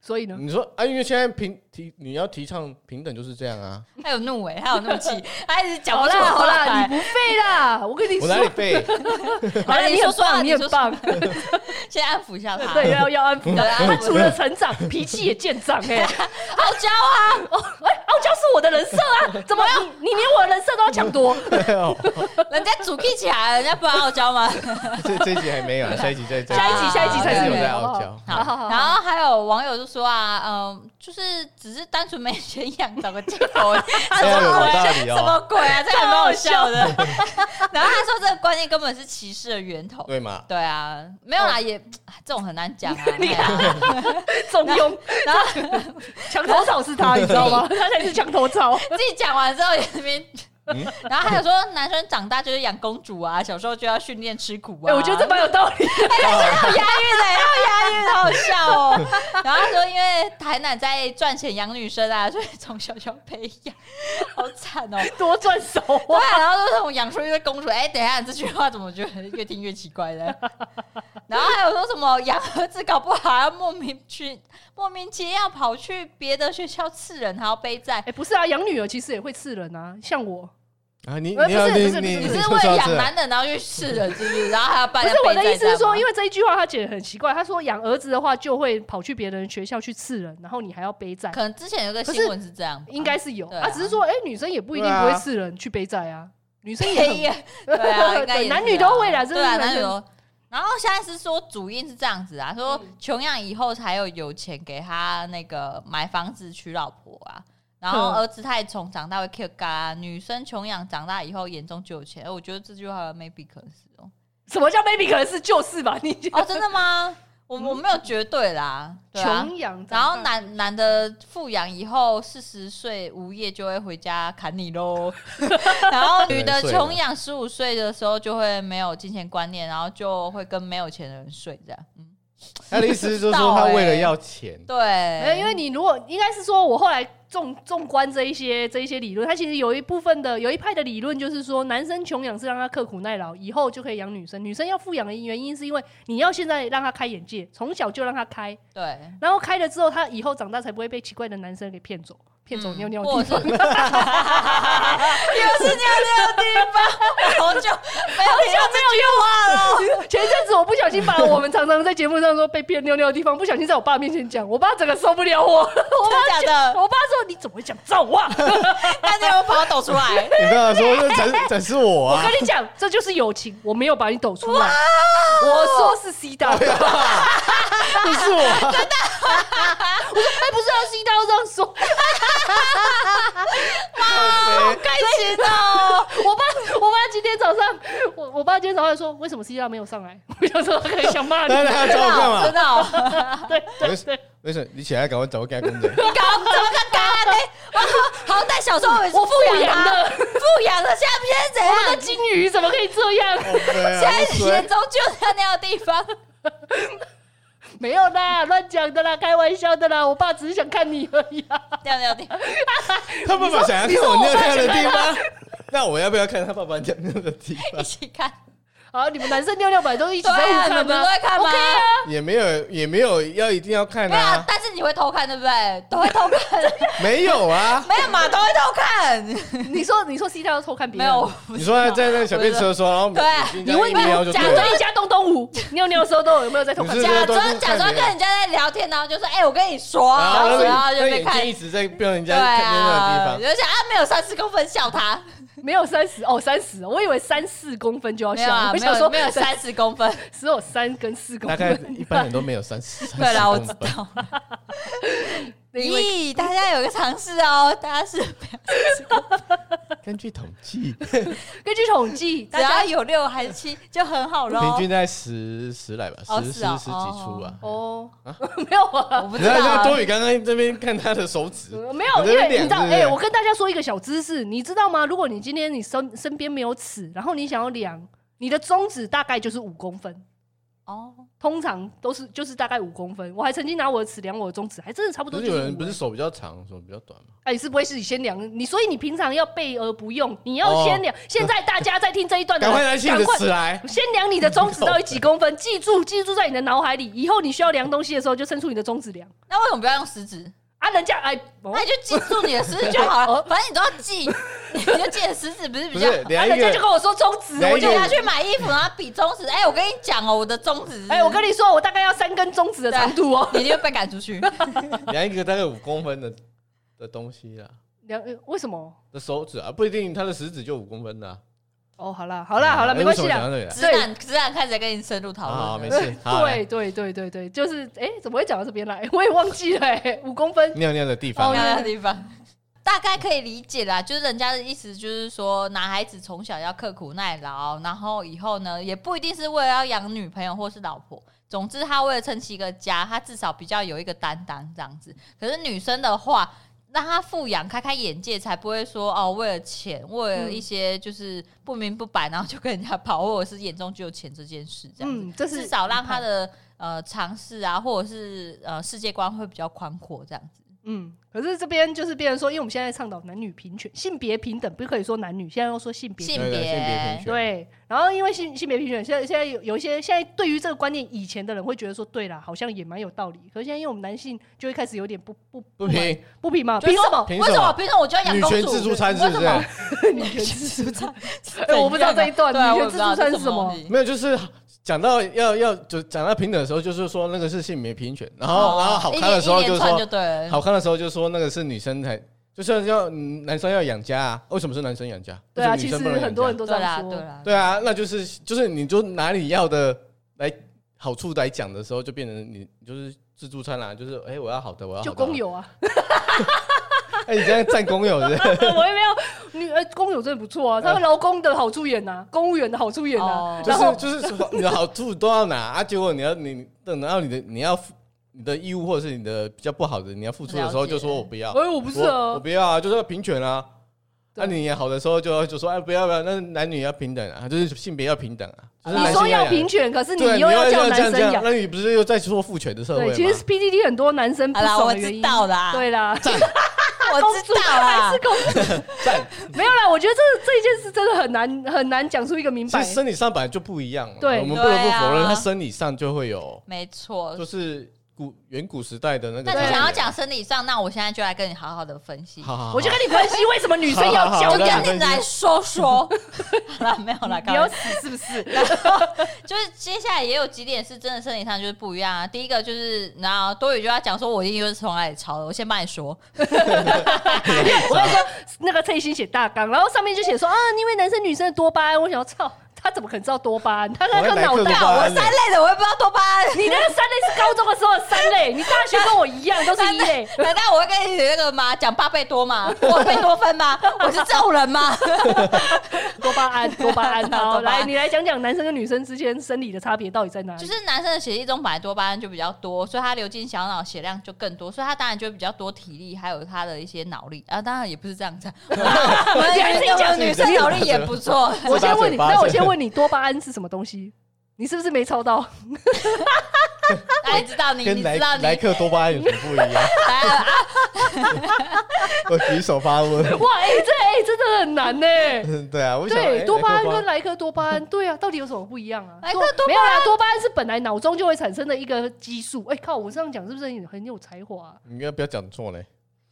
Speaker 1: 所以呢？
Speaker 2: 你说啊，因为现在平提你要提倡平等就是这样啊。
Speaker 3: 还有怒哎、还有怒 气，他一直讲
Speaker 1: 好
Speaker 3: 不出
Speaker 1: 啦好
Speaker 3: 话
Speaker 1: 啦，你
Speaker 3: 来。
Speaker 1: 不废啦！我跟你
Speaker 2: 我
Speaker 1: 说，
Speaker 2: 哪里背？
Speaker 1: 好啦，
Speaker 3: 你
Speaker 1: 你很
Speaker 3: 说说啊
Speaker 1: 棒，
Speaker 3: 你
Speaker 1: 你很
Speaker 3: 说
Speaker 1: 棒，
Speaker 3: 先安抚一下他，
Speaker 1: 对，要要
Speaker 2: 嗯
Speaker 1: 安抚
Speaker 3: 对
Speaker 1: 他。
Speaker 3: 安
Speaker 1: 他
Speaker 3: 抚
Speaker 1: 除了成长，脾气也见长哎，
Speaker 3: 傲娇啊，
Speaker 1: 哦，哎，傲娇是是我的人设 啊，怎么样？你你连我的人设都要抢 夺？
Speaker 2: 对哦，
Speaker 3: 啊人家主 K 起来，人家不傲娇吗？
Speaker 2: 这这一集还没 有啊，下一集再再
Speaker 1: 下一集下一集才
Speaker 2: 下一
Speaker 1: 是
Speaker 2: 集我
Speaker 1: 你哦们
Speaker 2: 再
Speaker 1: 好不
Speaker 2: 傲
Speaker 1: 好？
Speaker 2: 娇。
Speaker 1: 好好好
Speaker 3: 然后还有网友就说啊，嗯，就是只是单纯没钱养，找个借口，
Speaker 2: 哎呦，有道理
Speaker 3: 什么
Speaker 2: 哦，
Speaker 3: 鬼啊？这还蛮好笑
Speaker 1: 哎
Speaker 3: 的。 然后他说这个观念根本是歧视的源头。
Speaker 2: 对嘛？
Speaker 3: 对啊，没有啦，也哎这种很难讲啊。
Speaker 1: 你
Speaker 3: 哎呀
Speaker 1: 中庸
Speaker 3: 然后
Speaker 1: 墙头草是 他，你知道 吗？他才是墙头草。
Speaker 3: 自己讲完之后也那边
Speaker 2: 嗯，
Speaker 3: 然后还有说男生长大就是养公主啊，小时候就要训练吃苦
Speaker 1: 哎，
Speaker 3: 啊。
Speaker 1: 我觉得这蛮有道理。
Speaker 3: 好押韵的，要押韵，好好笑哦。然后他说，因为台南在赚钱养女生啊，所以从小就培养，好惨哦。
Speaker 1: 多赚少
Speaker 3: 对
Speaker 1: 啊！
Speaker 3: 啊，然后就是我养出一个公主。哎、等一下，这句话怎么觉得越听越奇怪 呢？然后还有说什么养儿子搞不好要莫名去莫名其妙跑去别的学校刺人，还要背债。
Speaker 1: 哎，不是啊，养女儿其实也会刺人啊，像我，
Speaker 2: 啊，你
Speaker 1: 呃
Speaker 2: 你要
Speaker 1: 不是
Speaker 2: 你
Speaker 1: 不是
Speaker 2: 你
Speaker 1: 不
Speaker 3: 你
Speaker 1: 是
Speaker 3: 是
Speaker 2: 说
Speaker 3: 为了
Speaker 2: 到
Speaker 3: 养
Speaker 2: 这啊
Speaker 3: 男人然后去刺人，是不是？然后还要扮
Speaker 1: 不
Speaker 3: 演
Speaker 1: 是我的意思是说，因
Speaker 3: 为
Speaker 1: 为这一句话他写的很奇怪，他说养儿子的话就会跑去别人学校去刺人，然后你还要背债，
Speaker 3: 可能之前有个
Speaker 1: 可是
Speaker 3: 新闻是这样吧，
Speaker 1: 应该是有
Speaker 3: 对
Speaker 1: 啊
Speaker 3: 啊
Speaker 1: 只是说哎，女生也不一定
Speaker 2: 对啊
Speaker 1: 不会刺人去背债啊，女 生也
Speaker 3: 黑
Speaker 1: 很
Speaker 3: 夜。对啊，应该也
Speaker 1: 对
Speaker 3: 是
Speaker 1: 男女都会啦，
Speaker 3: 啊
Speaker 1: 真
Speaker 3: 对
Speaker 1: 的
Speaker 3: 啊，
Speaker 1: 是
Speaker 3: 男
Speaker 1: 男
Speaker 3: 女
Speaker 1: 生
Speaker 3: 都。然后现在是说主因是这样子啊，说
Speaker 1: 嗯
Speaker 3: 穷养以后才有有钱给他那个买房子娶老婆啊，然后
Speaker 1: 嗯
Speaker 3: 儿子太宠长大会 Q 嘎、啊，女生穷养长大以后眼中就有钱，哎我觉得这句话 maybe 可能是哦，
Speaker 1: 什么叫 baby 可能是就是吧？你
Speaker 3: 哦真的吗？我我没有绝对啦，对啊。
Speaker 1: 穷养，
Speaker 3: 然后男男的富养以后，四十岁无业就会回家砍你喽。 然后女的穷养，十五岁的时候就会没有金钱观念，然后就会跟没有钱的人睡这样。嗯，
Speaker 2: 他的意思是说他
Speaker 1: 欸
Speaker 2: 为了要钱，
Speaker 3: 对，
Speaker 1: 没有，因为你如果应该是说，我后来纵纵观这一些这一些理论，它其实有一部分的有一派的理论就是说，男生穷养是让他刻苦耐劳，以后就可以养女生。女生要富养的原因是因为你要现在让他开眼界，从小就让他开，
Speaker 3: 对。
Speaker 1: 然后开了之后，他以后长大才不会被奇怪的男生给骗走，骗走
Speaker 3: 嗯
Speaker 1: 尿尿的
Speaker 3: 或
Speaker 1: 地
Speaker 3: 者
Speaker 1: 方。
Speaker 3: 是又是尿尿的地方，好久没有听到这句话了。
Speaker 1: 前一阵 子我不小心把我们常常在节目上说被骗尿尿的地方，不小心在我爸面前讲，我爸整个受不了我。
Speaker 3: 真的假的？
Speaker 1: 我爸说：“你怎么会讲这种话？”
Speaker 3: 那你有没有把我抖出 来？
Speaker 2: 你不要说这整整是我
Speaker 1: 我
Speaker 2: 啊
Speaker 1: 跟，你讲，这就是友情，我没有把你抖出来。我说是 C 大，我 说哎、
Speaker 2: 不是我啊，
Speaker 1: 不是要 C 大要这样说。
Speaker 2: 靠北
Speaker 3: 开心 哦！
Speaker 1: 我爸，我爸今天早上，我我爸今天早上说，为什么 C 大没有上来？ 我想说他可能想骂你，
Speaker 2: 那他要找我干嘛
Speaker 3: 真？的哦，真的哦
Speaker 1: 对
Speaker 2: 没
Speaker 1: 对
Speaker 2: 事
Speaker 1: 对，
Speaker 2: 没事，你起来赶快找我干工作。
Speaker 3: 你搞怎么个搞啊你？我好歹小时候也是
Speaker 1: 我富
Speaker 3: 养
Speaker 1: 养
Speaker 3: 他，
Speaker 1: 的，
Speaker 3: 富养的，现在变成怎
Speaker 1: 我们的
Speaker 3: 样？
Speaker 1: 金鱼怎么可以这样？
Speaker 2: 靠北啊
Speaker 3: 现在
Speaker 2: 无所谓
Speaker 3: 眼中就是那样的地方。
Speaker 1: 没有啦，乱讲的啦，开玩笑的啦，我爸只是想看你而已、啊。
Speaker 3: 这样这样的地方，
Speaker 2: 他爸爸想要
Speaker 1: 你
Speaker 2: 看
Speaker 1: 说
Speaker 2: 我
Speaker 1: 我
Speaker 2: 尿
Speaker 1: 爸
Speaker 2: 尿的
Speaker 1: 想
Speaker 2: 地方，那我要不要看他爸爸尿尿的地
Speaker 3: 一
Speaker 2: 方？
Speaker 3: 起看。
Speaker 1: 好，你们男生尿尿本来都一起在
Speaker 3: 对啊
Speaker 1: 互
Speaker 3: 你们
Speaker 1: 看
Speaker 3: 不是
Speaker 1: 吗？
Speaker 3: 都在看吗
Speaker 1: OK 啊，
Speaker 2: 也没有，也没有要一定要看
Speaker 3: 没有啊
Speaker 2: 啊，，
Speaker 3: 但是你会偷看对不对？都会偷 看，
Speaker 2: 没有啊。
Speaker 3: 没有嘛，都会偷看。
Speaker 1: 你说你说 C 大要偷看 别
Speaker 3: 没
Speaker 1: 人，啊
Speaker 3: 有，我， 不
Speaker 2: 你
Speaker 3: 知
Speaker 2: 说他
Speaker 3: 道
Speaker 2: 在那小便车的时候，然后
Speaker 3: 对
Speaker 2: 眼睛这
Speaker 1: 你
Speaker 2: 样
Speaker 1: 问
Speaker 2: 一
Speaker 1: 啊你
Speaker 2: 瞄就
Speaker 1: 假
Speaker 2: 对了。
Speaker 1: 装一家东东舞，尿尿的时候都有没有在偷看
Speaker 2: 你？是
Speaker 3: 假
Speaker 2: 啊都是
Speaker 3: 装
Speaker 2: 看
Speaker 3: 假装
Speaker 2: 别
Speaker 3: 跟
Speaker 2: 人
Speaker 3: 人家在聊天，然后就说：“哎，我跟你说啊。”
Speaker 2: 然后
Speaker 3: 然后
Speaker 2: 那
Speaker 3: 然后就
Speaker 2: 个
Speaker 3: 被
Speaker 2: 眼
Speaker 3: 看
Speaker 2: 睛一。直在被人
Speaker 3: 对
Speaker 2: 家看尿尿
Speaker 3: 啊，
Speaker 2: 的
Speaker 3: 你
Speaker 2: 地
Speaker 3: 就想啊，没有三十公分笑他，
Speaker 1: 没有三十哦，三十，我以为三四公分就要
Speaker 3: 没
Speaker 1: 笑
Speaker 3: 有，啊，
Speaker 1: 我
Speaker 3: 没
Speaker 1: 想说
Speaker 3: 有没有三十公分。
Speaker 1: 只有三跟四公
Speaker 2: 方，大
Speaker 1: 分，
Speaker 2: 概一般人都没有三十。
Speaker 3: 对啦，我
Speaker 2: 30
Speaker 3: 知
Speaker 2: 公分
Speaker 3: 道。
Speaker 1: 因为
Speaker 3: 咦，大家有个尝试哦，大家是
Speaker 2: 根据统计，
Speaker 1: 根据统 计，
Speaker 3: 只
Speaker 1: 大
Speaker 3: 要
Speaker 1: 家
Speaker 3: 有六还是七就很好
Speaker 2: 平
Speaker 3: 喽。
Speaker 2: 均在十十来吧，
Speaker 3: 哦
Speaker 2: 十十
Speaker 3: 是哦
Speaker 2: 十几出啊。
Speaker 1: 哦， 没有 啊
Speaker 3: 我。不
Speaker 2: 你
Speaker 3: 知
Speaker 2: 知道像
Speaker 3: 道，
Speaker 2: 多宇刚刚这边看他的手指，
Speaker 1: 没有，
Speaker 2: 我
Speaker 1: 因
Speaker 2: 这
Speaker 1: 为
Speaker 2: 边
Speaker 1: 你知道，
Speaker 2: 量对不
Speaker 1: 哎、
Speaker 2: 对
Speaker 1: 我跟大家说一个小知识，你知道吗？如果你今天你身身边没有尺，然后你想要量，你的中指大概就是五公分，
Speaker 3: 哦，
Speaker 1: 通常都是就是大概五公分。我还曾经拿我的尺量我的中指，还真的差不
Speaker 2: 不
Speaker 1: 多
Speaker 2: 是
Speaker 1: 就是
Speaker 2: 有
Speaker 1: 5
Speaker 2: 人不是手比较长，手比较短吗？
Speaker 1: 哎，你是不会自己先量你，所以你平常要备而不用，你要先量。现在大家在听这一段的
Speaker 2: 哦 赶
Speaker 1: 人，
Speaker 2: 快拿起你的
Speaker 1: 赶快嗯
Speaker 2: 尺啊来，
Speaker 1: 先量你的中指到底几公分，记住，记住在你的脑海里，以后你需要量东西的时候就伸出你的中指量。
Speaker 3: 那为什么不要用食指？
Speaker 1: 啊，人家哎，哦
Speaker 3: 那你就记住你的食指就好了，反正你都要记，你就记得食指不是比
Speaker 2: 不
Speaker 3: 较好
Speaker 2: 是？
Speaker 1: 啊
Speaker 2: 量
Speaker 1: 人
Speaker 2: 一
Speaker 1: 家就
Speaker 2: 个
Speaker 1: 跟我说中指，
Speaker 2: 量
Speaker 1: 我
Speaker 2: 一
Speaker 1: 就
Speaker 2: 个
Speaker 3: 就拿去买衣服，然后比中指。哎，我跟你讲哦，我的中指，
Speaker 1: 哎，我跟你说，我大概要三根中指的长度哦。
Speaker 3: 你一定会被赶出去。
Speaker 2: 量一个大概五公分的的东西啦，
Speaker 1: 两呃为什么？
Speaker 2: 的手指啊，不一定他的食指就五公分的啊。
Speaker 1: 哦，好啦，好啦，好啦，
Speaker 2: 哎
Speaker 1: 没关系
Speaker 2: 为什么
Speaker 1: 啦
Speaker 2: 讲。到这里啊
Speaker 3: 直男直男开始跟你深入讨
Speaker 2: 好好，啊没
Speaker 3: 论了，
Speaker 2: 事。好来
Speaker 1: 对对对对对，就是哎、怎么会讲到这边来？ 我也忘记了、哎五公分。
Speaker 2: 尿尿的地
Speaker 3: 漂
Speaker 2: 方
Speaker 1: 哦，
Speaker 3: 亮的地方。大概可以理解啦，就是人家的意思，就是说男孩子从小要刻苦耐劳，然后以后呢，也不一定是为了要养女朋友或是老婆，总之他为了撑起一个家，他至少比较有一个担当这样子。可是女生的话，让她富养、开开眼界，才不会说哦，为了钱，为了一些就是不明不白，然后就跟人家跑，或者是眼中只有钱这件事这样子。
Speaker 1: 嗯，这是
Speaker 3: 至少让他的呃尝试啊，或者是呃世界观会比较宽阔这样子。
Speaker 1: 嗯，可是这边就是变成说，因为我们现在倡导男女平权、性别平等，不可以说男女，现在要说性别。
Speaker 3: 性
Speaker 2: 对对
Speaker 3: 别
Speaker 2: 性别平权，
Speaker 1: 对，然后因为性性别平权，现在现在有有一些现在对于这个观念，以前的人会觉得说，对啦，好像也蛮有道理。可是现在因为我们男性就会开始有点不不
Speaker 2: 不
Speaker 1: 满
Speaker 2: 平，
Speaker 1: 不平嘛，
Speaker 3: 就
Speaker 1: 凭
Speaker 3: 是
Speaker 1: 什
Speaker 3: 说
Speaker 1: 么？
Speaker 2: 凭
Speaker 3: 为
Speaker 2: 什
Speaker 3: 什
Speaker 2: 么
Speaker 3: 么？凭什么我就要养
Speaker 2: 女
Speaker 3: 公
Speaker 2: 权
Speaker 3: 主？
Speaker 2: 自助餐是不
Speaker 3: 为
Speaker 2: 是
Speaker 3: 什？么
Speaker 1: 女权自助餐，
Speaker 3: 怎样啊
Speaker 1: 哎我不知道这一 段
Speaker 3: 对啊
Speaker 1: 女权
Speaker 3: 我不知道
Speaker 1: 自助餐是
Speaker 3: 这
Speaker 1: 什么
Speaker 3: 东西
Speaker 2: 没有，就是讲到要要就讲到平等的时候，就是说那个是性别平权，然后、
Speaker 1: 哦
Speaker 2: 然后好
Speaker 3: 一
Speaker 2: 看的
Speaker 3: 连
Speaker 2: 时候
Speaker 3: 一
Speaker 2: 就
Speaker 3: 连
Speaker 2: 是
Speaker 3: 串就
Speaker 2: 说
Speaker 3: 对了。
Speaker 2: 好看的时候就说那个是女生才，就是要嗯男生要养家啊，为什么是男生养家？
Speaker 1: 对啊，
Speaker 2: 为什
Speaker 1: 其
Speaker 2: 么女生
Speaker 1: 实
Speaker 2: 不能养家
Speaker 1: 很多人都这
Speaker 3: 对啦，
Speaker 1: 样
Speaker 3: 对
Speaker 1: 说。
Speaker 3: 啦，
Speaker 2: 对啊，那就是就是你就拿你要的来好处来讲的时候，就变成你就是自助餐啦、就是哎、我要好的，我要好的
Speaker 1: 就工，友啊，
Speaker 2: 哎、你这样占工友是不 是？
Speaker 1: 我也没有女呃工友真的不错啊，他们劳工的好处也拿，公务员的好处也拿，
Speaker 3: 哦
Speaker 2: 就
Speaker 1: 然后
Speaker 2: 是就是你的好处都要拿啊，结果你要你等到你的你要付你的义务或者是你的比较不好的你要付出的时候，
Speaker 3: 了解
Speaker 2: 就说我不要，
Speaker 1: 哎我不是
Speaker 2: 我
Speaker 1: 啊
Speaker 2: 我，不要啊，就是要平权啊。那、
Speaker 1: 对
Speaker 2: 你也好的时候就就说哎不要不要，那男女要平等啊，就是性别要平等啊。就是
Speaker 1: 你
Speaker 2: 男
Speaker 1: 说
Speaker 2: 性
Speaker 1: 要
Speaker 2: 养
Speaker 1: 平，权，可是你
Speaker 2: 对，
Speaker 1: 又
Speaker 2: 你
Speaker 1: 要叫
Speaker 2: 这
Speaker 1: 男
Speaker 2: 样这
Speaker 1: 生
Speaker 2: 样，
Speaker 1: 养。
Speaker 2: 那你不是又在说父权的社会
Speaker 1: 对，
Speaker 2: 吗？
Speaker 1: 其实 PDD 很多男生不
Speaker 3: 好啦，
Speaker 1: 爽
Speaker 3: 我
Speaker 1: 的原
Speaker 3: 知
Speaker 1: 因。
Speaker 3: 道啦，
Speaker 1: 对啦，
Speaker 2: 赞
Speaker 3: 我知道啦
Speaker 1: 是。公主，
Speaker 2: 赞，
Speaker 1: 没有啦。我觉得这这件事真的很难很难讲出一个明
Speaker 2: 其
Speaker 1: 白
Speaker 2: 实。生理上本来就不一样嘛。
Speaker 1: 对
Speaker 2: 我们不得不
Speaker 3: 对啊
Speaker 2: 否认，它生理上就会有，
Speaker 3: 没错
Speaker 2: 就。是古远古时代的那个
Speaker 3: 那
Speaker 2: 差别。
Speaker 3: 你想要讲生理上，那我现在就来跟你好好的分析。
Speaker 2: 好，好好，
Speaker 1: 我就跟你分析为什么女生要
Speaker 2: 好好
Speaker 1: 讲
Speaker 2: 好
Speaker 3: 就
Speaker 2: 我让你
Speaker 3: 跟
Speaker 2: 分
Speaker 3: 你
Speaker 2: 析
Speaker 3: 来说说。 好啦，没有啦，
Speaker 1: 你
Speaker 3: 开玩
Speaker 1: 要
Speaker 3: 笑
Speaker 1: 死是不是？
Speaker 3: 就是接下来也有几点是真的生理上就是不一样啊。第一个就是，然后多余就要讲说，我一定就是从哪里抄的。我先帮你说，
Speaker 1: 我跟你说，那个蔡欣写大纲，然后上面就写说啊，因为男生女生的多巴胺，我想要操，他怎么可能知道多巴胺？他那
Speaker 2: 我
Speaker 1: 个
Speaker 2: 要来克
Speaker 1: 脑
Speaker 2: 多
Speaker 1: 袋，啊
Speaker 2: 巴
Speaker 3: 我
Speaker 2: 胺
Speaker 3: 三
Speaker 2: 呢
Speaker 3: 类的我也不知道多巴胺。
Speaker 1: 你那个三类是高中的时候的三类，你大学跟我一样都是 一类。
Speaker 3: 难道我会跟你那个吗？讲巴贝多吗？我贝多芬吗？我是这种人吗？
Speaker 1: 多巴胺，多巴胺，好，
Speaker 3: 多巴胺
Speaker 1: 来你来讲讲男生跟女生之间生理的差别到底在哪里？
Speaker 3: 就是男生的血液中本来多巴胺就比较多，所以他流进小脑血量就更多，所以他当然就会比较多体力，还有他的一些脑力啊。当然也不是这样子，我们
Speaker 1: 你还自己讲
Speaker 3: 女生脑力也不错。
Speaker 1: 我先问你，
Speaker 2: 自打嘴巴
Speaker 1: 那我先问你，多巴胺是什么东西？你是不是没抄到？
Speaker 3: 哎，知道你，
Speaker 2: 跟
Speaker 3: 你
Speaker 2: 莱
Speaker 3: 知道你，
Speaker 2: 莱克多巴胺有什么不一样？
Speaker 3: 来了啊，
Speaker 2: 我举手发问。
Speaker 1: 哇，哎、这哎、这真的很难欸呢、
Speaker 2: 对啊，我想
Speaker 1: 对，
Speaker 2: 哎
Speaker 1: 多巴
Speaker 2: 莱
Speaker 1: 胺
Speaker 2: 克
Speaker 1: 跟莱克多巴胺，对啊，到底有什么不一样啊？
Speaker 3: 莱克
Speaker 1: 多
Speaker 3: 多
Speaker 1: 没有啦，多巴胺是本来脑中就会产生的一个激素。哎、靠，我这样讲是不是很很有才华、啊？
Speaker 2: 你应该不要讲错嘞。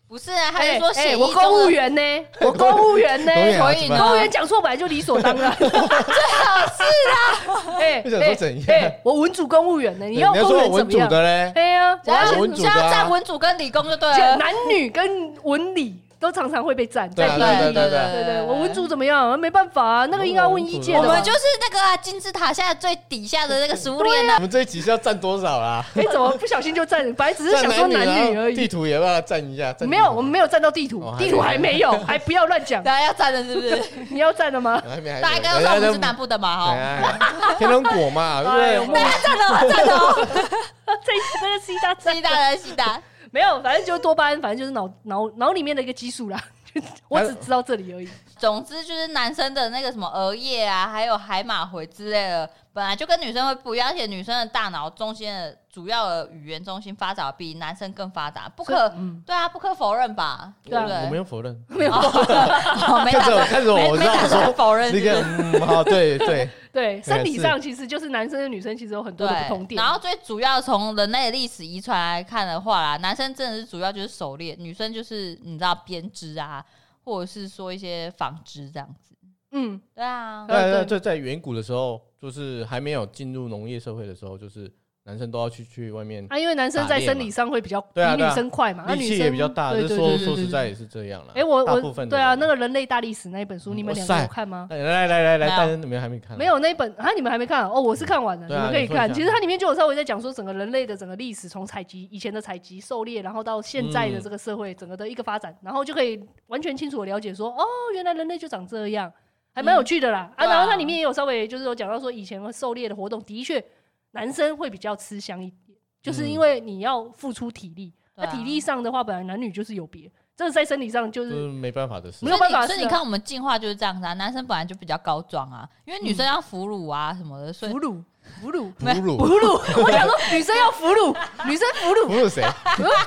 Speaker 3: 不是啊，他
Speaker 1: 哎
Speaker 3: 是说血
Speaker 1: 哎
Speaker 3: 液
Speaker 1: 我
Speaker 3: 中
Speaker 1: 公务
Speaker 3: 的
Speaker 1: 员呢、 我公务员呢、
Speaker 2: 公务员啊
Speaker 3: 所
Speaker 2: 怎
Speaker 3: 以
Speaker 2: 么
Speaker 3: 呢
Speaker 1: 公务
Speaker 2: 办
Speaker 1: 员讲错本来就理所 当然， 最好是啦。哎、
Speaker 2: 不想说怎样哎
Speaker 1: 哎哎我文主公务员呢、你要
Speaker 2: 你要
Speaker 1: 公务
Speaker 2: 说
Speaker 1: 员
Speaker 2: 我文
Speaker 1: 怎么
Speaker 2: 组
Speaker 1: 样？
Speaker 2: 的 嘞，
Speaker 1: 哎呀，我
Speaker 3: 只
Speaker 1: 要
Speaker 3: 要
Speaker 1: 先
Speaker 2: 我文
Speaker 3: 是
Speaker 2: 组
Speaker 3: 只
Speaker 2: 的啊
Speaker 3: 要占文组跟理工就对了。
Speaker 1: 男女跟文理都常常会被占，
Speaker 2: 对啊
Speaker 1: 在第
Speaker 2: 对
Speaker 1: 一
Speaker 2: 对对
Speaker 1: 对对，我文组怎么样？没办法啊，那个应该要问意见
Speaker 3: 我
Speaker 1: 的吧。
Speaker 3: 们就是那个、啊、金字塔下最底下的那个食物链呢、
Speaker 2: 我们这一集是要占多少啦？
Speaker 1: 哎，怎么不小心就占？本来只是想说
Speaker 2: 占
Speaker 1: 男
Speaker 2: 男啊
Speaker 1: 女而
Speaker 2: 地
Speaker 1: 已，
Speaker 2: 图也要不要占一下？占地图
Speaker 1: 没有，我们没有占到地图
Speaker 2: 哦，还
Speaker 1: 地图还没有，还不要乱 讲。
Speaker 3: 大家要站的是不是？
Speaker 1: 你要占了吗？
Speaker 2: 还没还没
Speaker 3: 大家刚刚说我们是南部的嘛，
Speaker 2: 哎
Speaker 3: 哈。
Speaker 2: 呀天龙果 嘛，
Speaker 1: 哎
Speaker 2: 对
Speaker 1: 呦
Speaker 2: 不
Speaker 1: 莫
Speaker 2: 对啊
Speaker 1: 名？
Speaker 3: 站了，站了，
Speaker 1: 这这个是一大
Speaker 3: 西大人，西大，
Speaker 1: 没有，反正就是多巴胺，反正就是脑脑脑里面的一个激素啦。 我只知道这里而已。
Speaker 3: 总之就是男生的那个什么额叶啊，还有海马回之类的，本来就跟女生会不一样，而且女生的大脑中心的主要的语言中心发展比男生更发达，不可，
Speaker 1: 嗯，
Speaker 3: 对啊，不可否认吧，
Speaker 1: 对啊
Speaker 3: 不
Speaker 2: 我没
Speaker 3: 对？
Speaker 2: 有否认。
Speaker 1: 没有，
Speaker 3: 哦 没
Speaker 2: 看着我，
Speaker 3: 打
Speaker 2: 看着我，我知
Speaker 3: 没没
Speaker 2: 道
Speaker 3: 打算
Speaker 2: 说
Speaker 3: 否认
Speaker 2: 那
Speaker 3: 是不
Speaker 2: 个
Speaker 3: 是。
Speaker 2: 嗯，好，对 对，
Speaker 1: 对，身体上其实就是男生跟女生其实有很多的不同
Speaker 3: 对，
Speaker 1: 点
Speaker 3: 然。后最主要从人类的历史遗传来看的话啦，男生真的是主要就是狩猎，女生就是你知道编织啊，或者是说一些纺织这样子。
Speaker 1: 嗯，
Speaker 3: 对啊，
Speaker 2: 对
Speaker 1: 对
Speaker 2: 对，就在远古的时候，就是还没有进入农业社会的时候，就是男生都要去去外面，
Speaker 1: 啊，因为男生在生理上会比较比
Speaker 2: 对啊
Speaker 1: 女
Speaker 2: 对啊
Speaker 1: 生快嘛，那
Speaker 2: 力
Speaker 1: 女
Speaker 2: 气
Speaker 1: 生
Speaker 2: 也比较大。
Speaker 1: 对
Speaker 2: 这
Speaker 1: 对
Speaker 2: 说
Speaker 1: 对
Speaker 2: 说实在
Speaker 3: 对
Speaker 2: 也是这样了。
Speaker 1: 哎，我
Speaker 2: 大部
Speaker 1: 我
Speaker 2: 分嗯
Speaker 1: 对啊，那
Speaker 2: 个
Speaker 1: 个人类大历史那一本书，你们两个
Speaker 2: 哇
Speaker 1: 有
Speaker 2: 塞
Speaker 1: 看吗？
Speaker 2: 哎来来来来，
Speaker 3: 没有
Speaker 2: 但是你们还没看啊，
Speaker 1: 没有那一本啊，你们还没看哦？我是看完了，你
Speaker 2: 对啊
Speaker 1: 们可以
Speaker 2: 你说一下
Speaker 1: 看。其实它里面就有稍微在讲说整个人类的整个历史，从采集以前的采集、狩猎，然后到现在的
Speaker 2: 嗯
Speaker 1: 这个社会整个的一个发展，然后就可以完全清楚的了解说，哦，原来人类就长这样，还蛮有趣的啦。
Speaker 3: 嗯
Speaker 1: 啊，
Speaker 3: 对啊
Speaker 1: 然后它里面也有稍微就是有讲到说，以前狩猎的活动的确男生会比较吃香一点，就是
Speaker 2: 嗯
Speaker 1: 因为你要付出体力。那、
Speaker 3: 对啊
Speaker 1: 体力上的话，本来男女就是有别，这个在生理上就、
Speaker 2: 就是是没办法的事
Speaker 1: 嗯没。有办法
Speaker 3: 所以你所以
Speaker 1: 是啊
Speaker 3: 你看我们进化就是这样子啊，男生本来就比较高壮啊，因为女生要俘虏啊什么的，所以
Speaker 1: 俘虏，俘虏，
Speaker 2: 俘
Speaker 1: 俘
Speaker 2: 虏，
Speaker 1: 虏。我想说，女生要俘虏，女生俘虏
Speaker 2: 俘。虏 谁？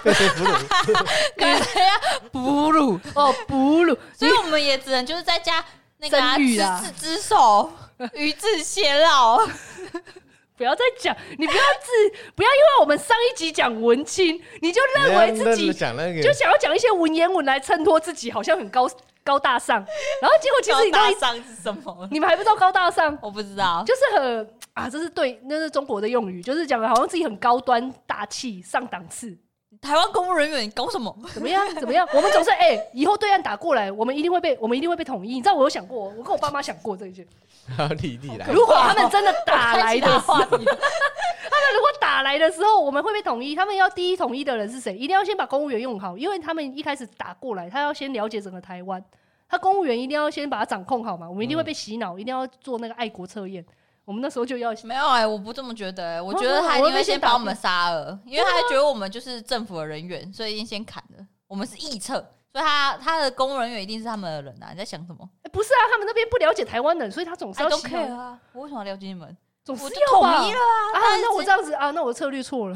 Speaker 2: 被谁俘虏？
Speaker 3: 感觉要俘虏，
Speaker 1: 哦，哺乳，
Speaker 3: 所以我们也只能就是在家那个啊，
Speaker 1: 生
Speaker 3: 执
Speaker 1: 育啊
Speaker 3: 子之 手，与子偕老。
Speaker 1: 不要再讲，你不要自， 不要因为我们上一集讲文青，你就认为自己
Speaker 2: 那讲那个
Speaker 1: 就想要讲一些文言文来衬托自己，好像很高高大上，然后结果其实你
Speaker 3: 高
Speaker 1: 到
Speaker 3: 大
Speaker 1: 一，
Speaker 3: 上是什么？
Speaker 1: 你们还不知道高大上，
Speaker 3: 我不知道。
Speaker 1: 就是很啊，这是对，那是中国的用语，就是讲的好像自己很高端大气上档次，
Speaker 3: 台湾公务人员你搞什么？
Speaker 1: 怎么样？ 怎么样？我们总是哎、以后对岸打过来，我们一定会被，我们一定会被统一。你知道我有想过，我跟我爸妈想过这一件，
Speaker 2: 还要立地来，
Speaker 1: 如果他们真的打 来的话。
Speaker 3: 话题，
Speaker 1: 如果打来的时候，我们会被统一。他们要第一统一的人是谁？一定要先把公务员用好，因为他们一开始打过来，他要先了解整个台湾。他公务员一定要先把它掌控好嘛，我们一定会被洗脑，一定要做那个爱国测验。我们那时候就要，
Speaker 3: 没有哎、我不这么觉得哎、我
Speaker 1: 啊
Speaker 3: 觉得
Speaker 1: 我
Speaker 3: 他一
Speaker 1: 我
Speaker 3: 定
Speaker 1: 会被
Speaker 3: 会先
Speaker 1: 先打
Speaker 3: 把我
Speaker 1: 死
Speaker 3: 们杀了，因为他觉得我们就是政府的人员，所以一定先砍了。我们是臆测，所以他他的公务人员一定是他们的人啊！你在想什么？
Speaker 1: 哎不是啊，他们那边不了解台湾人，所以他总是
Speaker 3: 哎
Speaker 1: 要
Speaker 3: 都
Speaker 1: 洗
Speaker 3: care
Speaker 1: 脑，
Speaker 3: 啊！我为什么要了解你们？
Speaker 1: 总是
Speaker 3: 我就
Speaker 1: 要
Speaker 3: 统
Speaker 1: 吧
Speaker 3: 一了啊！
Speaker 1: 啊
Speaker 3: 当然！
Speaker 1: 那我
Speaker 3: 是
Speaker 1: 这样子啊，那我策略错了，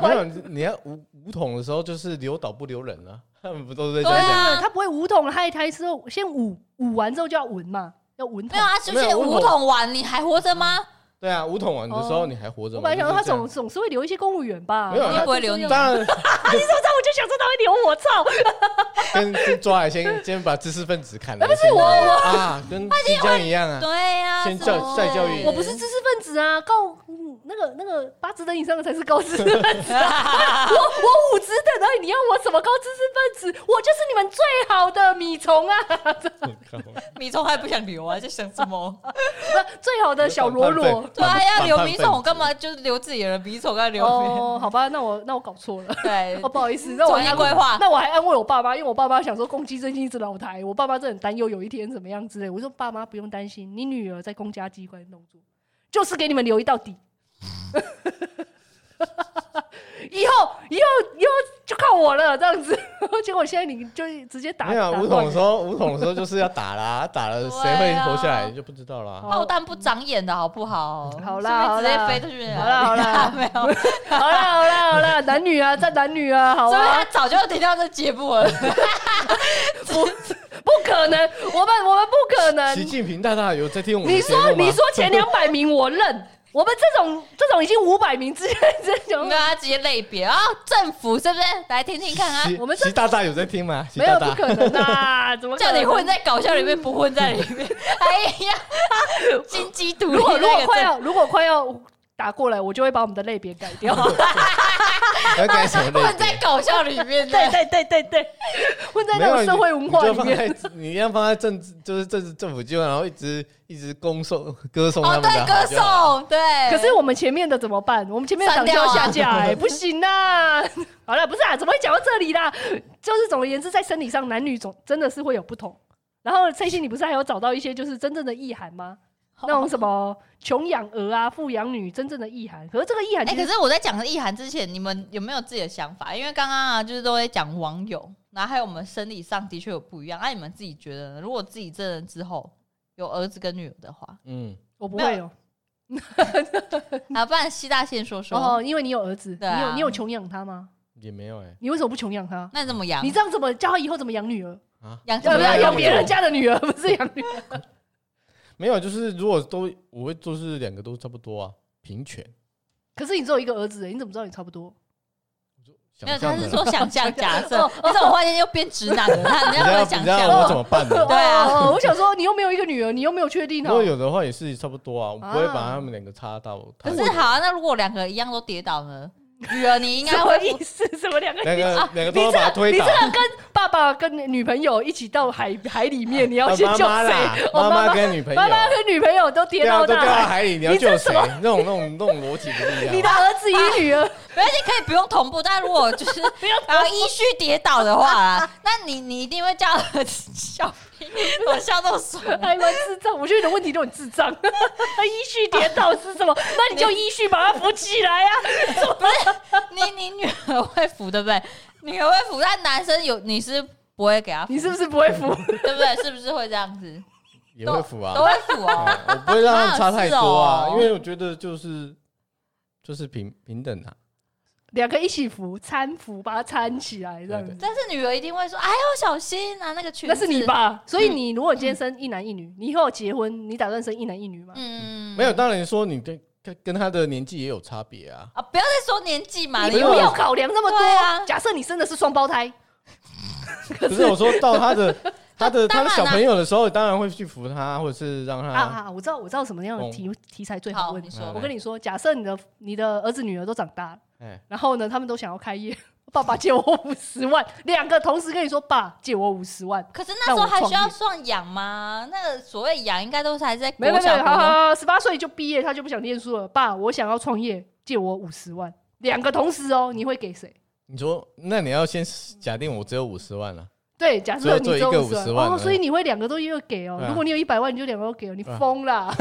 Speaker 2: 没有你要五五统的时候，就是留岛不留人啊，他们不都是在
Speaker 3: 对
Speaker 2: 这样
Speaker 3: 啊
Speaker 2: 讲？
Speaker 1: 他不会武统，害台之后先武武完之后就要文嘛，要文
Speaker 3: 没
Speaker 1: 统
Speaker 3: 有。啊，就
Speaker 2: 没
Speaker 3: 是
Speaker 2: 有我
Speaker 3: 五桶完你还活着吗？
Speaker 2: 对啊，五统完的时候
Speaker 1: 哦
Speaker 2: 你还活着
Speaker 1: 我
Speaker 2: 吗？
Speaker 1: 本来想说他
Speaker 2: 就是这样
Speaker 1: 总总是会留一些公务员吧，
Speaker 2: 没有
Speaker 1: 然后
Speaker 2: 他
Speaker 1: 他
Speaker 3: 不会留啊
Speaker 1: 就这
Speaker 3: 你
Speaker 1: 样
Speaker 2: 当然
Speaker 1: 那我就想说他会留我，操！
Speaker 2: 跟跟抓来先 先把知识分子砍了，
Speaker 1: 不是
Speaker 2: 先
Speaker 1: 我
Speaker 2: 啊，跟新疆一样啊，
Speaker 3: 对呀、啊，
Speaker 2: 先
Speaker 3: 是
Speaker 2: 教
Speaker 3: 不
Speaker 2: 再教育
Speaker 1: 我不是知识分子啊，高嗯那个那个八职等以上的才是高知识分 子、啊，我我五职等而已，你要我什么高知识分子？我就是你们最好的米虫啊，
Speaker 3: 米虫还不想留啊，在想什么？
Speaker 1: 最好的小 罗罗。
Speaker 3: 对啊，要留米
Speaker 2: 米
Speaker 3: 虫，我干？嘛就是留自己的人米虫，干嘛留别人？
Speaker 1: 哦，好吧，那我那我搞错了，
Speaker 3: 对
Speaker 1: 哦，，不好意思，那我
Speaker 3: 重新
Speaker 1: 还
Speaker 3: 规划
Speaker 1: 那我还安慰我爸妈，因为我爸妈想说公鸡最近一直老台，我爸妈真的很担忧有一天怎么样之类。我说爸妈不用担心，你女儿在公家机关工作，就是给你们留一道底。 以后以后以后就靠我了，这样子。 结果现在你就直接打
Speaker 2: 没有啊
Speaker 1: 打
Speaker 2: 五
Speaker 1: 断
Speaker 2: 统的时候，五统的时候就是要打啦，打了谁
Speaker 3: 对
Speaker 2: 会
Speaker 3: 啊
Speaker 2: 活下来就不知道啦。
Speaker 3: 炮弹不长眼的好不好？
Speaker 1: 哦好啦
Speaker 3: 是不是直接
Speaker 1: 好啦
Speaker 3: 飞出去。
Speaker 1: 好啦好啊啦
Speaker 3: 没有，所以
Speaker 1: 好啦好啦好啦，男女啊，站男女啊，好啊
Speaker 3: 他，早就听到这节目 了。
Speaker 1: 不可能，我们我们不可能
Speaker 2: 习。近平大大有在听我们
Speaker 1: 你
Speaker 2: 的节目吗
Speaker 1: 说你说前 两百名我认， 我们这种这种已经五百名之间这种
Speaker 3: 没有，他直接类别啊，政府是不是？来听听看啊，
Speaker 2: 习
Speaker 1: 我们这
Speaker 2: 习大大有在听吗？习
Speaker 1: 没有
Speaker 2: 大
Speaker 1: 不
Speaker 2: 大
Speaker 1: 可能 啊！怎么可
Speaker 3: 叫
Speaker 1: 能
Speaker 3: 你混？在搞笑里面，不混在里 面。哎呀，金鸡独立
Speaker 1: 如果如
Speaker 3: 那
Speaker 1: 果
Speaker 3: 个
Speaker 1: 快
Speaker 3: 政
Speaker 1: 要如果快要打过来，我就会把我们的类别改掉。
Speaker 2: 要改什么类
Speaker 3: 混
Speaker 2: 别
Speaker 3: 在？搞笑里面
Speaker 1: 对
Speaker 3: 的。
Speaker 1: 对对对对，混在那种社会文化
Speaker 2: 啊你就
Speaker 1: 里
Speaker 2: 放
Speaker 1: 面。
Speaker 2: 在 你一样放在政治，就是政治政府机关，然后一直一直恭送歌颂他
Speaker 3: 哦，
Speaker 2: 们的
Speaker 3: 对，
Speaker 2: 好
Speaker 3: 歌
Speaker 2: 就好，
Speaker 3: 颂，对。
Speaker 1: 可是我们前面的怎么办？我们前面的党就要下架哎、不行啊！ 好了，不是啊，怎么会讲到这里啦？就是总而言之，在生理上男女总真的是会有不同。然后翠心，你不是还有找到一些就是真正的意涵吗？那种什么穷养儿啊、富养女真正的意涵，可是这个意涵
Speaker 3: 哎、
Speaker 1: 其
Speaker 3: 可
Speaker 1: 实
Speaker 3: 是我在讲意涵之前，你们有没有自己的想法？因为刚刚啊，就是都在讲网友，然后还有我们生理上的确有不一样。那、啊你们自己觉得呢？如果自己真的之后有儿子跟女儿的话，
Speaker 2: 嗯，
Speaker 1: 我不会哦
Speaker 3: 没
Speaker 1: 有
Speaker 3: 啊，不然西大先说说，
Speaker 1: 哦，因为你有儿子，
Speaker 3: 对啊
Speaker 1: 你有你有穷养他吗？
Speaker 2: 也没有哎
Speaker 1: 你为什么不穷养他？
Speaker 3: 那你怎么养
Speaker 1: 你？这样怎么教他以后怎么养女儿？
Speaker 2: 啊，
Speaker 3: 养
Speaker 2: 怎
Speaker 1: 要
Speaker 2: 么
Speaker 1: 不
Speaker 2: 样
Speaker 1: 要
Speaker 2: 养
Speaker 1: 养
Speaker 2: 女儿
Speaker 1: 别人家的女儿？不是养女儿，
Speaker 2: 没有，就是如果都我会就是两个都差不多啊，平权。
Speaker 1: 可是你只有一个儿子，你怎么知道你差不多？
Speaker 3: 没
Speaker 2: 想
Speaker 3: 有，他
Speaker 2: 象
Speaker 3: 是
Speaker 2: 的
Speaker 3: 说想象假
Speaker 1: 哦
Speaker 3: 设，但是我忽然间又变直男了，他人
Speaker 2: 你
Speaker 3: 家
Speaker 2: 要
Speaker 3: 会
Speaker 2: 你
Speaker 3: 想
Speaker 2: 知道我怎
Speaker 3: 象。
Speaker 2: 么 办呢？
Speaker 3: 对啊
Speaker 1: 哦，哦我想说你又没有一个女儿，你又没有确定
Speaker 2: 如
Speaker 1: 哦
Speaker 2: 果。有的话也是差不多啊，我不会把
Speaker 1: 啊
Speaker 2: 他们两个插到太
Speaker 3: 可
Speaker 2: 远。
Speaker 3: 是好啊，那如果两个一样都跌倒呢？女儿，你应
Speaker 1: 什
Speaker 3: 该
Speaker 1: 么
Speaker 3: 会
Speaker 1: 意思？什么两个？
Speaker 2: 两个两个都
Speaker 1: 你
Speaker 2: 要把他
Speaker 1: 这
Speaker 2: 推
Speaker 1: 你这
Speaker 2: 倒，
Speaker 1: 个跟爸爸跟女朋友一起到海海里面，你要
Speaker 2: 啊
Speaker 1: 先救
Speaker 2: 妈妈
Speaker 1: 谁
Speaker 2: 啦？
Speaker 1: 哦
Speaker 2: 妈妈跟女朋友
Speaker 1: 妈妈跟女朋友都跌
Speaker 2: 对
Speaker 1: 到
Speaker 2: 啊，都掉
Speaker 1: 大
Speaker 2: 到
Speaker 1: 海，
Speaker 2: 海里，你要
Speaker 1: 你这
Speaker 2: 救
Speaker 1: 什
Speaker 2: 谁
Speaker 1: 么？
Speaker 2: 那种那种那种逻辑不一样。
Speaker 1: 你的儿子与女儿，
Speaker 3: 没关系，可以不用同步。但如果 就是呃依序跌倒的话啊，那你你一定会叫笑屁，我笑到爽。
Speaker 1: 还哎蛮智障。我觉得你的问题都很智障。 他依序跌倒是什么？那你就依序把他扶起来啊！
Speaker 3: 你你女儿会扶对不对？女儿会扶，但男生有你是不会给他扶，
Speaker 1: 你是不是不会扶？
Speaker 3: 对不对？是不是会这样 子？
Speaker 2: 也会扶
Speaker 3: 都
Speaker 2: 啊，
Speaker 3: 会扶哦。
Speaker 2: 嗯我不会让他们差太多啊
Speaker 3: 啊，是哦
Speaker 2: 因为我觉得就是就是平平等啊。
Speaker 1: 两个一起扶，搀扶，把他搀起来这样子
Speaker 2: 对。
Speaker 3: 但是女儿一定会说：“哎呦，小心啊，那个裙
Speaker 1: 那
Speaker 3: 子。”
Speaker 1: 是你？吧？所以你如果今天生一男一女，你以后结婚，你打算生一男一女吗？
Speaker 3: 嗯，
Speaker 2: 没有，当然说你跟跟跟他的年纪也有差别啊。
Speaker 3: 啊，不要再说年纪嘛，
Speaker 1: 你
Speaker 3: 你
Speaker 2: 不
Speaker 1: 不
Speaker 2: 用
Speaker 1: 要考量那么多。
Speaker 3: 对啊
Speaker 1: 假设你生的是双胞胎，
Speaker 2: 可是我说到他的他的他
Speaker 3: 当然啊
Speaker 2: 的小
Speaker 3: 啦
Speaker 2: 朋友的时候，当然会去扶他，或者是让
Speaker 1: 啊
Speaker 2: 他
Speaker 1: 啊，我知道，我知道什么样
Speaker 2: 哦
Speaker 1: 的题题材最好
Speaker 3: 好，
Speaker 1: 问
Speaker 3: 你。说
Speaker 1: 我跟你说，假设你的你的儿子女儿都长大了，
Speaker 2: 哎
Speaker 1: 然后呢，他们都想要开业， 爸爸借我五十万，两个同时跟你说爸借我五十万，
Speaker 3: 可是那时
Speaker 1: 让
Speaker 3: 候
Speaker 1: 我
Speaker 3: 还
Speaker 1: 创
Speaker 3: 需要
Speaker 1: 业
Speaker 3: 算养吗？那个所谓养，应该都是还在国
Speaker 1: 没没没，
Speaker 3: 小、
Speaker 1: 好
Speaker 3: 国
Speaker 1: 好
Speaker 3: 中
Speaker 1: 好，十八岁就毕业，他就不想念书了。爸，我想要创业，借我五十万，两个同时哦，你会给谁？
Speaker 2: 你说，那你要先假定我只有五十万啊了，
Speaker 1: 对，假设你
Speaker 2: 只有
Speaker 1: 只有
Speaker 2: 一个
Speaker 1: 50
Speaker 2: 50万
Speaker 1: 万哦，所以你会两个都要给哦
Speaker 2: 对。啊
Speaker 1: 如果你有一百万，你就两个都给哦，你
Speaker 2: 对啊
Speaker 1: 疯啦！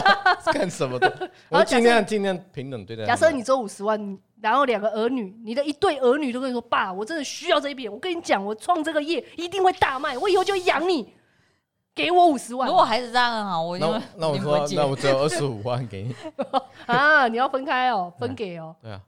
Speaker 2: 干什么的？
Speaker 1: 然后
Speaker 2: 我
Speaker 1: 假设
Speaker 2: 尽量尽量平等对待他啊
Speaker 1: 假
Speaker 2: 们。
Speaker 1: 设你只有五十万，然后两个儿女，你的一对儿女都跟你说：“爸，我真的需要这一笔，我跟你讲，我创这个业一定会大卖，我以后就养你，给我五十万
Speaker 3: 如果孩子这样啊，我一
Speaker 2: 那
Speaker 3: 定会
Speaker 2: 我那我
Speaker 3: 一定不会哦
Speaker 2: 说，
Speaker 3: 接
Speaker 2: 那我只有二十 五万给你，
Speaker 1: 啊！”你要分开哦，分给哦。
Speaker 2: 对啊，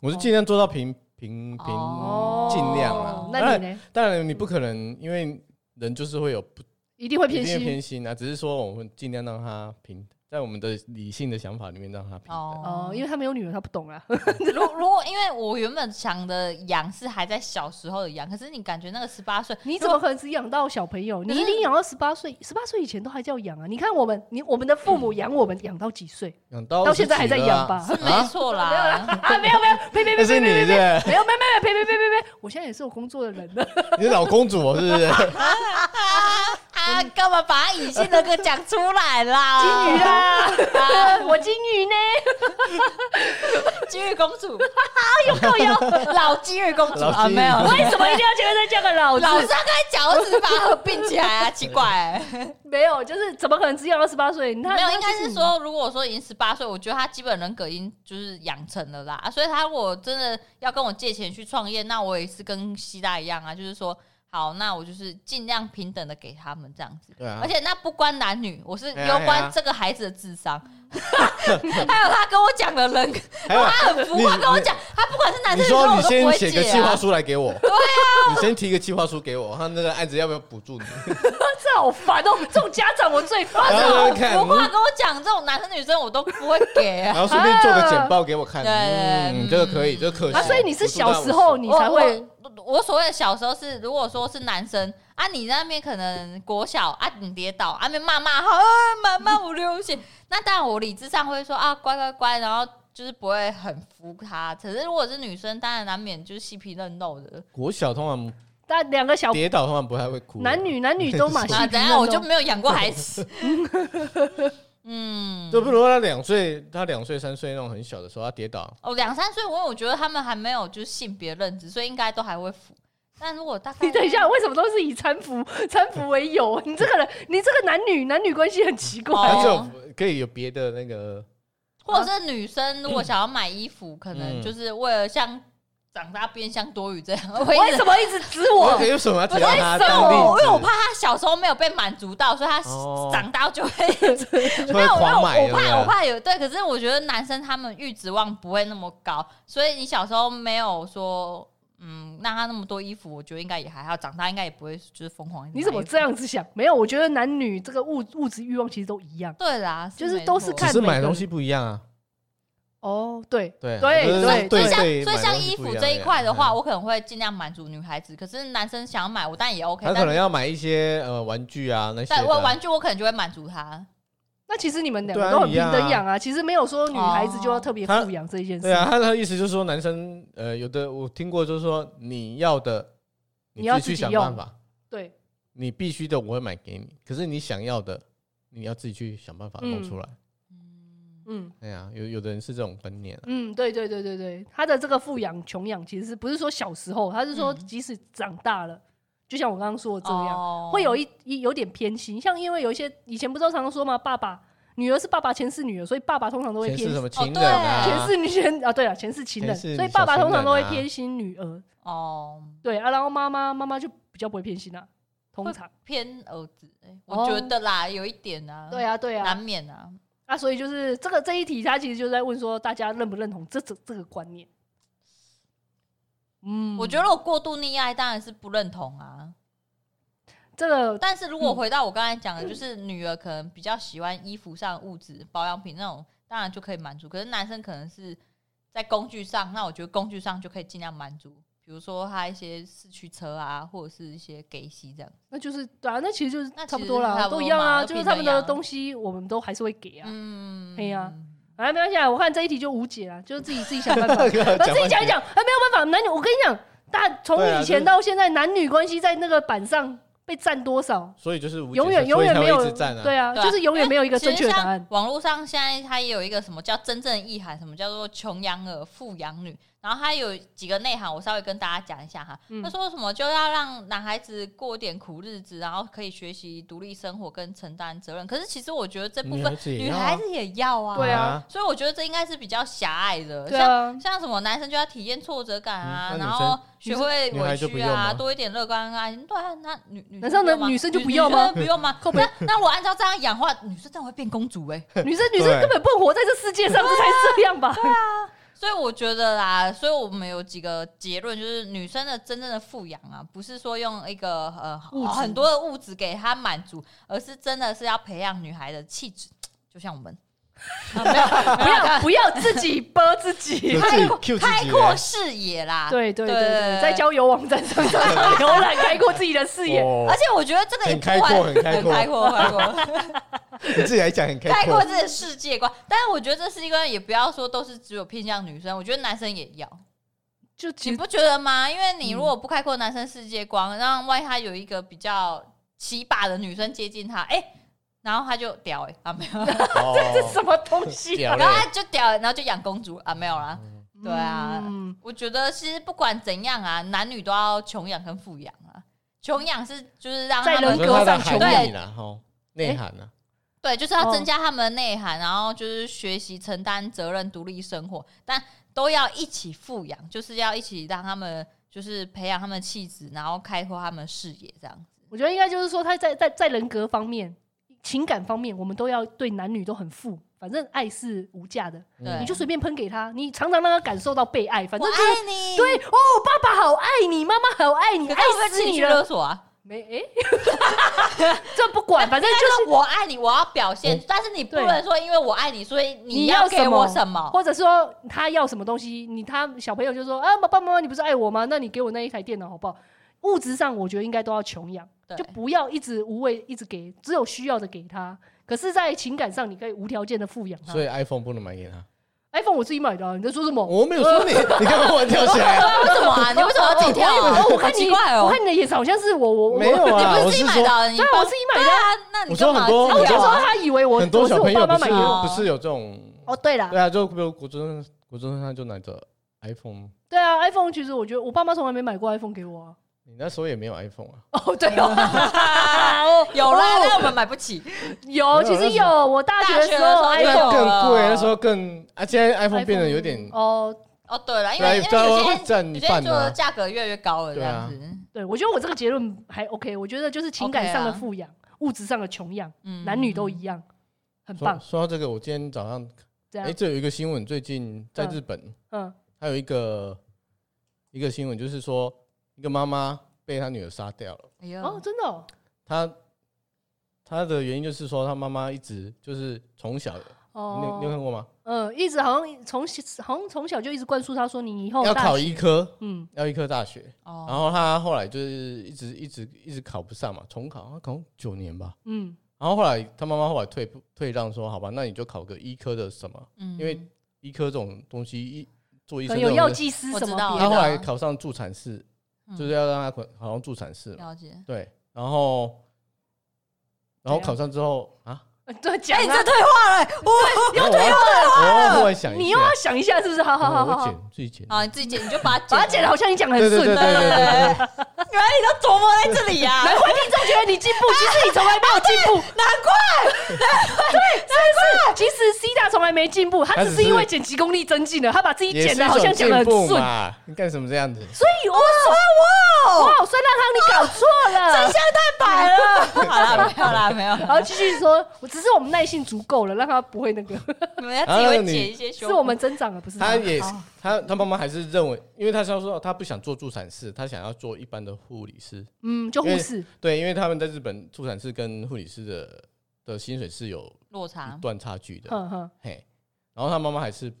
Speaker 2: 我是尽量做到平平平，
Speaker 3: 哦
Speaker 2: 嗯尽量啊
Speaker 1: 那你呢？
Speaker 2: 当然你不可能，因为人就是会有不
Speaker 1: 一定会
Speaker 2: 一
Speaker 1: 偏
Speaker 2: 定会
Speaker 1: 心
Speaker 2: 偏心啊，只是说我们尽量让他平，在我们的理性的想法里面让他平等。
Speaker 3: 哦
Speaker 1: 哦，，因为他没有女儿，他不懂 啊。
Speaker 3: 如 如果因为我原本想的养是还在小时候的养，可是你感觉那个十八岁，
Speaker 1: 你怎么可能只养到小朋友？
Speaker 3: 可
Speaker 1: 你
Speaker 3: 是
Speaker 1: 一定养到十八岁，十八岁以前都还叫养啊！你看我们，你我们的父母养我们养到几岁？
Speaker 2: 养到
Speaker 1: 到现在还在
Speaker 2: 20几了啊
Speaker 1: 养？吧？
Speaker 3: 是没错啦。
Speaker 1: 啊， 没有没有，呸呸
Speaker 2: 那
Speaker 1: 呸
Speaker 2: 是
Speaker 1: 呸
Speaker 2: 你
Speaker 1: 呸
Speaker 2: 是
Speaker 1: 呸！
Speaker 2: 不
Speaker 1: 没有没有没有呸呸呸呸呸！我现在也是有工作的人了。
Speaker 2: 是你是老公主哦是不是？
Speaker 3: 啊，干嘛把他隐性的给讲出来啦？ 啊
Speaker 1: 金鱼啦，我金鱼呢？
Speaker 3: 金鱼公主，
Speaker 1: 有够有，
Speaker 3: 老金鱼公主
Speaker 2: 老
Speaker 3: 啊，
Speaker 2: 金鱼
Speaker 3: 没有，
Speaker 1: 为什么一定要觉得叫个老
Speaker 3: 老
Speaker 1: 字
Speaker 3: 是？要跟脚趾把它合并起来啊，奇怪欸、
Speaker 1: 没有，就是怎么可能只养到十八岁？你看，
Speaker 3: 没有，应
Speaker 1: 那
Speaker 3: 该
Speaker 1: 就是
Speaker 3: 说，如果我说已经十八岁，我觉得他基本人格已经就是养成了啦。啊所以他如果真的要跟我借钱去创业，那我也是跟希大一样啊，就是说，好，那我就是尽量平等的给他们这样子。
Speaker 2: 对啊
Speaker 3: 而，且那不关男女，我是
Speaker 2: 哎呀
Speaker 3: 攸
Speaker 2: 哎
Speaker 3: 关
Speaker 2: 呀
Speaker 3: 这个孩子的智商，
Speaker 1: 哎
Speaker 3: 还有他跟我讲的人，
Speaker 2: 还有
Speaker 3: 他很浮夸
Speaker 2: 你
Speaker 3: 跟我讲，他不管是男
Speaker 2: 你
Speaker 3: 生
Speaker 2: 说
Speaker 3: 女生，我
Speaker 2: 你
Speaker 3: 都不
Speaker 2: 先
Speaker 3: 会
Speaker 2: 写个
Speaker 3: 借
Speaker 2: 计划
Speaker 3: 啊。
Speaker 2: 书来给 我，对啊，你先提个计划书给我，他那个案子要不要补助 你？
Speaker 1: 这好烦哦，这种家长我最烦
Speaker 2: 然
Speaker 1: 了。
Speaker 2: 后就看嗯
Speaker 3: 浮夸跟我讲这种男生女生，我都不会给啊
Speaker 2: 然。后顺便做个简报给我看，
Speaker 3: 对对对
Speaker 2: 嗯，这个可以，这个可
Speaker 1: 啊，
Speaker 2: 行。
Speaker 1: 所以你是小时候你才会
Speaker 3: 我我我所谓的小时候是，如果说是男生啊，你那边可能国小啊，你跌倒啊，那边骂骂好，啊妈妈我流血。那当然我理智上会说啊，乖乖乖，然后就是不会很服他。可是如果是女生，当然难免就是细皮嫩肉的。
Speaker 2: 国小通常
Speaker 1: 但两个小
Speaker 2: 跌倒通常不太会哭，
Speaker 1: 男女男女都马
Speaker 3: 啊，
Speaker 1: 戏，
Speaker 3: 等一下我就没有养过孩子。嗯，
Speaker 2: 就不如他两岁，他两岁三岁那种很小的时候，他跌倒，
Speaker 3: 哦，两三岁，我我觉得他们还没有就是性别认知，所以应该都还会服。但如果大概
Speaker 1: 你等一下，为什么都是以搀扶搀扶为由？你这个人，你这个男女男女关系很奇怪。
Speaker 3: 哦
Speaker 2: 他就可以有别的那个，
Speaker 3: 或
Speaker 1: 啊
Speaker 3: 者是女生如果想要买衣服，可能就是为了像长大变相多余这样，我一
Speaker 1: 为
Speaker 3: 直
Speaker 1: 什么一直指我
Speaker 2: 我？为什么要提到他
Speaker 3: 但
Speaker 2: 当
Speaker 3: 我
Speaker 2: 例
Speaker 3: 因为我
Speaker 2: 子
Speaker 3: 怕？他小时候没有被满足到，所以他
Speaker 2: 哦
Speaker 3: 长大 就会
Speaker 2: 就会
Speaker 3: 没有没有，
Speaker 2: 狂买，对
Speaker 3: 我
Speaker 2: 不对
Speaker 3: 怕我怕有对，可是我觉得男生他们阈值望不会那么高，所以你小时候没有说嗯让他那么多衣服，我觉得应该也还好，长大应该也不会就是疯狂。
Speaker 1: 你怎么这？样子想？没有，我觉得男女这个物物质欲望其实都一样。
Speaker 3: 对啦，
Speaker 1: 就是
Speaker 3: 没
Speaker 1: 都是
Speaker 3: 错
Speaker 1: 看
Speaker 2: 只是买东西不一样啊。
Speaker 1: 哦，对，
Speaker 2: 对
Speaker 1: 对
Speaker 2: 就是
Speaker 1: 对
Speaker 2: 对
Speaker 3: 像
Speaker 2: 对，
Speaker 3: 所以
Speaker 2: 买
Speaker 3: 像
Speaker 2: 东西
Speaker 3: 衣
Speaker 2: 不
Speaker 3: 服
Speaker 2: 样
Speaker 3: 这一块的话，
Speaker 2: 嗯
Speaker 3: 我可能会尽量满足女孩子，可是男生想买，我当然也 OK
Speaker 2: 他
Speaker 3: 但。
Speaker 2: 可能要啊买一些呃玩具啊那些
Speaker 3: 但
Speaker 2: 的，
Speaker 3: 我玩具我可能就会满足他，
Speaker 1: 那其实你们两
Speaker 2: 对
Speaker 1: 个
Speaker 2: 啊
Speaker 1: 都很
Speaker 2: 一
Speaker 1: 平
Speaker 2: 样啊
Speaker 1: 等养啊，其实没有说女孩子就要特别
Speaker 2: 哦
Speaker 1: 富养这一件事。
Speaker 2: 对啊，他的意思就是说男生呃有的我听过就是说你要的
Speaker 1: 你要
Speaker 2: 自己去
Speaker 1: 自己
Speaker 2: 想
Speaker 1: 用
Speaker 2: 办法，
Speaker 1: 对
Speaker 2: 你必须的我会买给你，可是你想要的你要自己去想办法弄
Speaker 1: 嗯
Speaker 2: 出来。
Speaker 1: 嗯
Speaker 2: 哎呀，有有的人是这种观念啊、
Speaker 1: 嗯，对对对对对，他的这个富养穷养其实是不是说小时候，他是说
Speaker 3: 嗯
Speaker 1: 即使长大了，就像我刚刚说的这样，
Speaker 3: 样
Speaker 2: 哦
Speaker 1: 会有一一有点偏心。像因为有一些以前不是都常说嘛，爸爸女儿是爸爸前世女儿，所以爸爸通常都会
Speaker 2: 前
Speaker 1: 偏
Speaker 2: 世什
Speaker 1: 心。
Speaker 2: 么情
Speaker 3: 哦对
Speaker 2: 人啊，
Speaker 1: 前世女前啊，对啊，前世情人，
Speaker 2: 前世
Speaker 1: 所以
Speaker 2: 小
Speaker 1: 爸爸
Speaker 2: 情
Speaker 1: 通常
Speaker 2: 人
Speaker 1: 都会
Speaker 2: 啊，
Speaker 1: 偏心女儿，
Speaker 3: 哦
Speaker 1: 对啊，然后妈妈妈妈就比较不会偏心啊，通常
Speaker 3: 偏儿子，哎
Speaker 1: 哦
Speaker 3: 我觉得啦，有一点啊，
Speaker 1: 对啊对啊，
Speaker 3: 难免啊，
Speaker 1: 啊，所以就是这个这一题，他其实就在问说，大家认不认同这这这个观念？嗯，
Speaker 3: 我觉得我过度溺爱当然是不认同啊，
Speaker 1: 这个
Speaker 3: 但是如
Speaker 1: 嗯
Speaker 3: 果回到我刚才讲的，就是女儿可能比较喜欢衣服上物质、保养品那种，当然就可以满足。可是男生可能是在工具上，那我觉得工具上就可以尽量满足，比如说他一些四驱车啊，或者是一些给息这样。
Speaker 1: 那就是对啊，那其实就是
Speaker 3: 那其
Speaker 1: 差不
Speaker 3: 实
Speaker 1: 多
Speaker 3: 差
Speaker 1: 啦，
Speaker 3: 不
Speaker 1: 都
Speaker 3: 多
Speaker 1: 一样
Speaker 3: 嘛
Speaker 1: 啊，
Speaker 3: 都
Speaker 1: 就是
Speaker 3: 平
Speaker 1: 他
Speaker 3: 等
Speaker 1: 们的
Speaker 3: 一样
Speaker 1: 东西我们都还是会给啊。
Speaker 3: 嗯，
Speaker 1: 对呀哎，没关系啊，我看这一题就无解了，就是自己自己想办法
Speaker 2: 讲
Speaker 1: 那自己
Speaker 2: 半
Speaker 1: 讲一
Speaker 2: 天
Speaker 1: 讲，哎，没有办法，男女，我跟你讲，大从
Speaker 2: 对啊
Speaker 1: 以
Speaker 2: 就
Speaker 1: 前
Speaker 2: 是
Speaker 1: 到现在，男女关系在那个板上被占多少，
Speaker 2: 所以就是无解
Speaker 1: 永远
Speaker 2: 所以
Speaker 1: 永远
Speaker 2: 才会
Speaker 1: 没有
Speaker 2: 一直站啊，
Speaker 1: 对啊，
Speaker 3: 对
Speaker 1: 就
Speaker 3: 啊
Speaker 1: 是永远没有一个
Speaker 3: 其
Speaker 1: 正确
Speaker 3: 实
Speaker 1: 的答
Speaker 3: 像
Speaker 1: 案。
Speaker 3: 网络上现在它也有一个什么叫真正的意涵，什么叫做穷养儿富养女，然后它有几个内涵，我稍微跟大家讲一下哈。
Speaker 1: 嗯
Speaker 3: 他说什么就要让男孩子过点苦日子，然后可以学习独立生活跟承担责任。可是其实我觉得这部分
Speaker 2: 子也
Speaker 3: 女
Speaker 2: 要啊
Speaker 3: 孩子也要啊，
Speaker 1: 对啊，
Speaker 3: 所以我觉得这应该是比较狭隘的。
Speaker 1: 对
Speaker 3: 像
Speaker 1: 啊，
Speaker 3: 像什么男生就要体验挫折感啊，
Speaker 2: 嗯那
Speaker 3: 然
Speaker 2: 女生
Speaker 3: 后学会
Speaker 2: 女孩
Speaker 3: 委
Speaker 2: 就不
Speaker 3: 屈
Speaker 2: 用
Speaker 3: 啊，
Speaker 2: 吗
Speaker 3: 多一点乐观啊。对啊，那女女
Speaker 1: 男生的
Speaker 3: 不用吗
Speaker 1: 女生就不
Speaker 3: 女
Speaker 1: 要
Speaker 3: 女
Speaker 1: 吗
Speaker 3: 生不用吗？那那我按照这样养化，女生真的会变公主哎、
Speaker 1: 女生女生根本不能活在这世界上，
Speaker 3: 啊
Speaker 1: 这才这样吧？
Speaker 3: 所以我觉得啦，所以我们有几个结论，就是女生的真正的富养啊，不是说用一个呃
Speaker 1: 物质
Speaker 3: 很多的物质给她满足，而是真的是要培养女孩的气质，就像我们、啊、没有
Speaker 1: 不要不要自己剥自
Speaker 2: 有
Speaker 1: 己。
Speaker 2: 自己 Q 自
Speaker 3: 开
Speaker 2: 己
Speaker 3: 阔
Speaker 2: 啊
Speaker 3: 视野啦。
Speaker 1: 对对对
Speaker 3: 对
Speaker 1: 对，在 交友网站上浏览开阔自己的视野，
Speaker 2: 哦
Speaker 3: 而且我觉得这个也
Speaker 2: 很
Speaker 3: 不
Speaker 2: 开
Speaker 3: 完
Speaker 2: 阔，很开
Speaker 3: 很
Speaker 2: 阔，
Speaker 3: 开阔，开阔，
Speaker 2: 你自己来讲很
Speaker 3: 开
Speaker 2: 开
Speaker 3: 阔
Speaker 2: 阔。
Speaker 3: 这个世界观。但是我觉得这是一个，也不要说都是只有偏向女生，我觉得男生也要。
Speaker 1: 就
Speaker 3: 你
Speaker 1: 其
Speaker 3: 不觉得吗？因为你如果不开阔男生世界观，让万一他有一个比较奇葩的女生接近他，哎、然后他就屌哎、啊没有，
Speaker 2: 哦
Speaker 1: 这什么东西啊？
Speaker 2: 屌
Speaker 3: 然后
Speaker 2: 嘞
Speaker 3: 他就屌、欸然后就养公主啊没有啦。
Speaker 2: 嗯
Speaker 3: 对啊
Speaker 1: 嗯
Speaker 3: 我觉得其实不管怎样啊，男女都要穷养跟富养啊。穷养是就是让
Speaker 1: 在
Speaker 3: 他们
Speaker 1: 人格
Speaker 2: 可是它的
Speaker 1: 上
Speaker 2: 含
Speaker 1: 求
Speaker 3: 对
Speaker 2: 义啦，吼，内涵啊，
Speaker 3: 对，就是要
Speaker 1: 哦
Speaker 3: 增加他们的内涵，然后就是学习承担责任、独立生活，但都要一起富养，就是要一起让他们就是培养他们的气质，然后开阔他们的视野，这样子。
Speaker 1: 我觉得应该就是说，他在在在人格方面、情感方面，我们都要对男女都很负。反正爱是无价的，
Speaker 3: 对
Speaker 1: 你就随便喷给他，你常常让他感受到被爱。反
Speaker 3: 我
Speaker 1: 正就是
Speaker 3: 爱你，
Speaker 1: 对哦，爸爸好爱你，妈妈好爱你，
Speaker 3: 可
Speaker 1: 爱
Speaker 3: 是我会
Speaker 1: 死
Speaker 3: 情
Speaker 1: 你
Speaker 3: 绪
Speaker 1: 了
Speaker 3: 勒。索啊！
Speaker 1: 没哎， 这不管，反正就
Speaker 3: 就是是我爱你，我要表现
Speaker 2: 嗯，
Speaker 3: 但是你不
Speaker 1: 对
Speaker 3: 能说因为我爱你，所以你
Speaker 1: 你要
Speaker 3: 给
Speaker 1: 什
Speaker 3: 我
Speaker 1: 么
Speaker 3: 什么？
Speaker 1: 或者说他要什么东西，你他小朋友就说啊，爸爸妈妈，你不是爱我吗？那你给我那一台电脑好不好？物质上，我觉得应该都要穷养，
Speaker 3: 对
Speaker 1: 就不要一直无谓一直给，只有需要的给他。可是，在情感上，你可以无条件的富养他
Speaker 2: 所。以 iPhone 不能买给他。
Speaker 1: iPhone 我自己买的、啊，你在说什么？
Speaker 2: 我没有 说你，你干嘛突然跳起来
Speaker 3: 对
Speaker 2: 啊？
Speaker 3: 啊，为什么啊？你为什么要自己跳啊？
Speaker 1: 哦，我
Speaker 3: 好
Speaker 1: 看
Speaker 3: 奇
Speaker 1: 你，
Speaker 3: 怪哦
Speaker 1: 我，看你的眼神好像是我我我
Speaker 2: 没有啊，
Speaker 3: 你不
Speaker 2: 我
Speaker 3: 是自己
Speaker 2: 是
Speaker 3: 买
Speaker 2: 说
Speaker 3: 的啊，你
Speaker 1: 对啊，我自己买的啊。
Speaker 3: 啊，那你
Speaker 2: 我说
Speaker 3: 干嘛
Speaker 2: 很多
Speaker 3: 自
Speaker 1: 我
Speaker 3: 己
Speaker 2: 我
Speaker 1: 就
Speaker 2: 说
Speaker 3: 跳
Speaker 1: 说
Speaker 3: 啊
Speaker 1: 他以为我
Speaker 2: 很多
Speaker 1: 我是
Speaker 2: 小
Speaker 1: 我
Speaker 2: 朋
Speaker 1: 爸
Speaker 2: 友
Speaker 1: 妈
Speaker 2: 不
Speaker 1: 买
Speaker 2: 是
Speaker 1: 的
Speaker 3: 哦
Speaker 1: 啊。
Speaker 2: 不是有这种，
Speaker 1: 哦，对啦
Speaker 2: 对，啊，就比如国中国中生他就拿着 iPhone，
Speaker 1: 对啊，iPhone 其实我觉得我爸妈从来没买过 iPhone 给我啊。
Speaker 2: 你那时候也没有 iPhone 啊，
Speaker 1: 哦，对哦，
Speaker 3: 有啦，
Speaker 1: 哦
Speaker 3: 但我们买不起。
Speaker 1: 有，其实有，我大学的时候
Speaker 3: 大学的时候
Speaker 1: iPhone
Speaker 2: 那
Speaker 3: 有
Speaker 2: 更
Speaker 3: 啊
Speaker 2: 贵，那时候更啊，现在 iPhone 变得有点，
Speaker 1: 哦，
Speaker 3: 哦，对了，因
Speaker 2: 对，
Speaker 3: 为因为
Speaker 2: 台
Speaker 3: 有
Speaker 2: 湾
Speaker 3: 些
Speaker 2: 占
Speaker 3: 有
Speaker 2: 一
Speaker 3: 些
Speaker 2: 半
Speaker 3: 做的
Speaker 2: 啊，
Speaker 3: 价格越来越高了，这样子。
Speaker 1: 对，我觉得我这个结论还 OK，我觉得就是情感
Speaker 3: OK 啊
Speaker 1: 上的富养、物质上的穷养，
Speaker 3: 嗯
Speaker 1: 男女都一样，很
Speaker 2: 说
Speaker 1: 棒。
Speaker 2: 说到这个，我今天早上，
Speaker 1: 这
Speaker 2: 哎，
Speaker 1: 样，
Speaker 2: 这有一个新闻，最近在
Speaker 1: 啊嗯
Speaker 2: 日本，
Speaker 1: 嗯，
Speaker 2: 还有一个一个新闻，就是说一个妈妈被她女儿杀掉了，
Speaker 3: 哎呦
Speaker 1: 哦，真的哦，
Speaker 2: 她她的原因就是说她妈妈一直就是从小，你有你有
Speaker 1: 哦，
Speaker 2: 看过吗？
Speaker 1: 嗯，一一直好像从好像从小就一直灌输他说你以后
Speaker 2: 要
Speaker 1: 哦大
Speaker 2: 考
Speaker 1: 学
Speaker 2: 医科，
Speaker 1: 嗯，
Speaker 2: 要医科大学。然
Speaker 3: 哦，
Speaker 2: 后他后来就是一直一直一直考不上嘛，重考，他考九年吧。
Speaker 1: 嗯，
Speaker 2: 然后后来他妈妈后来退退让说，好吧，那你就考个医科的什么？
Speaker 3: 因
Speaker 2: 因为医科这种东西，医做医
Speaker 1: 嗯可
Speaker 2: 生
Speaker 1: 能
Speaker 2: 这种
Speaker 1: 有药
Speaker 2: 东西
Speaker 1: 剂师
Speaker 3: 我
Speaker 1: 什
Speaker 3: 知道
Speaker 1: 么
Speaker 2: 他
Speaker 1: 别
Speaker 2: 后
Speaker 1: 的，啊
Speaker 2: 来考上助产士，
Speaker 3: 嗯
Speaker 2: 就是要让他考考上助产士嘛。
Speaker 3: 了解，
Speaker 2: 对，然后然后
Speaker 1: 怎样
Speaker 2: 考上之后啊，
Speaker 1: 呃对，讲
Speaker 3: 哎，你
Speaker 1: 啊
Speaker 3: 这退化了，哇，
Speaker 2: 要退化了，我要忽然想一下，
Speaker 1: 你又要想一下是不是？好好好
Speaker 2: 我
Speaker 1: 好好，
Speaker 2: 剪自己剪，
Speaker 3: 好，你自己剪，你就把它
Speaker 1: 把它剪的好像你讲的
Speaker 2: 对
Speaker 1: 很
Speaker 2: 对
Speaker 1: 顺，
Speaker 2: 对对
Speaker 1: 难
Speaker 2: 对对对，
Speaker 3: 原来你都琢磨在这里啊 呀、
Speaker 1: 怪听众觉得你进步，其实你从来没有进步，
Speaker 3: 难怪
Speaker 1: 是不是？其实 C 大从来没进步，他
Speaker 2: 他
Speaker 1: 只
Speaker 2: 只
Speaker 1: 是因
Speaker 2: 是
Speaker 1: 为剪辑功力增进了，他把自己
Speaker 2: 也
Speaker 1: 剪
Speaker 2: 是
Speaker 1: 的好像
Speaker 2: 一种
Speaker 1: 讲
Speaker 2: 进
Speaker 1: 的很
Speaker 2: 步
Speaker 1: 顺，所
Speaker 2: 嘛，你干什么这样子？
Speaker 1: 以我说
Speaker 3: 哇
Speaker 1: 哇
Speaker 3: 哦，，
Speaker 1: 我酸辣汤你搞错了
Speaker 3: 真。相太白了。 好啦，没有啦，没有
Speaker 1: 然
Speaker 3: 啦，
Speaker 1: 后继续说，我只是我们耐性足够了，让他不会 那个，
Speaker 3: 你们要自己会剪一些胸
Speaker 1: 是
Speaker 3: 部，
Speaker 1: 我们增长了，不是
Speaker 2: 他
Speaker 1: 他。
Speaker 2: 也
Speaker 3: 好
Speaker 2: 他他妈妈还是认为，因为他是说他不想做助产士，他想要做一般的护理师。
Speaker 1: 嗯，就护
Speaker 2: 因为
Speaker 1: 士，
Speaker 2: 对，因为他们在日本助产士跟护理师的的薪水是有
Speaker 3: 落差
Speaker 2: 一。段差距的。
Speaker 1: 哼哼，
Speaker 2: 嘿，然后他妈妈还是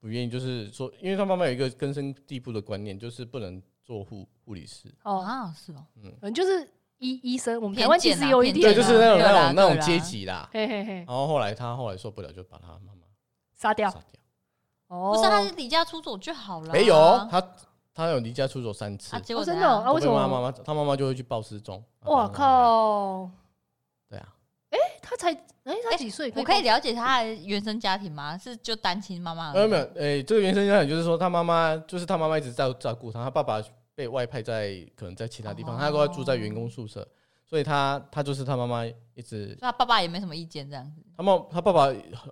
Speaker 2: 不愿意，就是说，因为他妈妈有一个根深蒂固的观念，就是不能做护护理师。
Speaker 1: 哦，
Speaker 3: 啊，是哦，
Speaker 1: 嗯，就是医医生，我们台
Speaker 3: 偏
Speaker 1: 湾其
Speaker 3: 见
Speaker 1: 实
Speaker 3: 啊
Speaker 1: 有一
Speaker 3: 偏
Speaker 2: 对，
Speaker 1: 点
Speaker 3: 见
Speaker 1: 啊，
Speaker 2: 就是那种
Speaker 3: 对啦
Speaker 2: 那种那
Speaker 3: 对
Speaker 2: 种
Speaker 3: 啦
Speaker 2: 阶级啦。
Speaker 1: 嘿嘿嘿，
Speaker 2: 然后后来他后来受不了，就把他妈妈
Speaker 1: 杀掉
Speaker 2: 杀，掉。
Speaker 1: 哦，
Speaker 3: 不是他是离家出走就好了啊，
Speaker 2: 没有，他他有离家出走三次
Speaker 3: 啊，，结
Speaker 1: 哦，
Speaker 3: 果
Speaker 1: 真
Speaker 3: 怎
Speaker 1: 的哦，
Speaker 3: 样
Speaker 1: 啊，为什
Speaker 2: 都被妈妈
Speaker 1: 么？
Speaker 2: 妈他妈妈就会去报失踪。
Speaker 1: 哦哇
Speaker 2: 然后他妈妈！
Speaker 1: 靠！
Speaker 2: 对啊，
Speaker 1: 哎他才哎，他几岁？
Speaker 3: 我可以
Speaker 1: 报
Speaker 3: 了解他的原生家庭吗？是就单亲妈
Speaker 1: 啊
Speaker 3: 妈而已？
Speaker 2: 没呃有没有，诶，这个原生家庭就是说他妈妈就是他妈妈一直在照顾他，他爸爸被外派在可能在其他地方，
Speaker 3: 哦
Speaker 2: 他都要住在员工宿舍，所以他他就是他妈妈一直
Speaker 3: 所以他爸爸也没什么意见，这样子
Speaker 2: 他妈他爸爸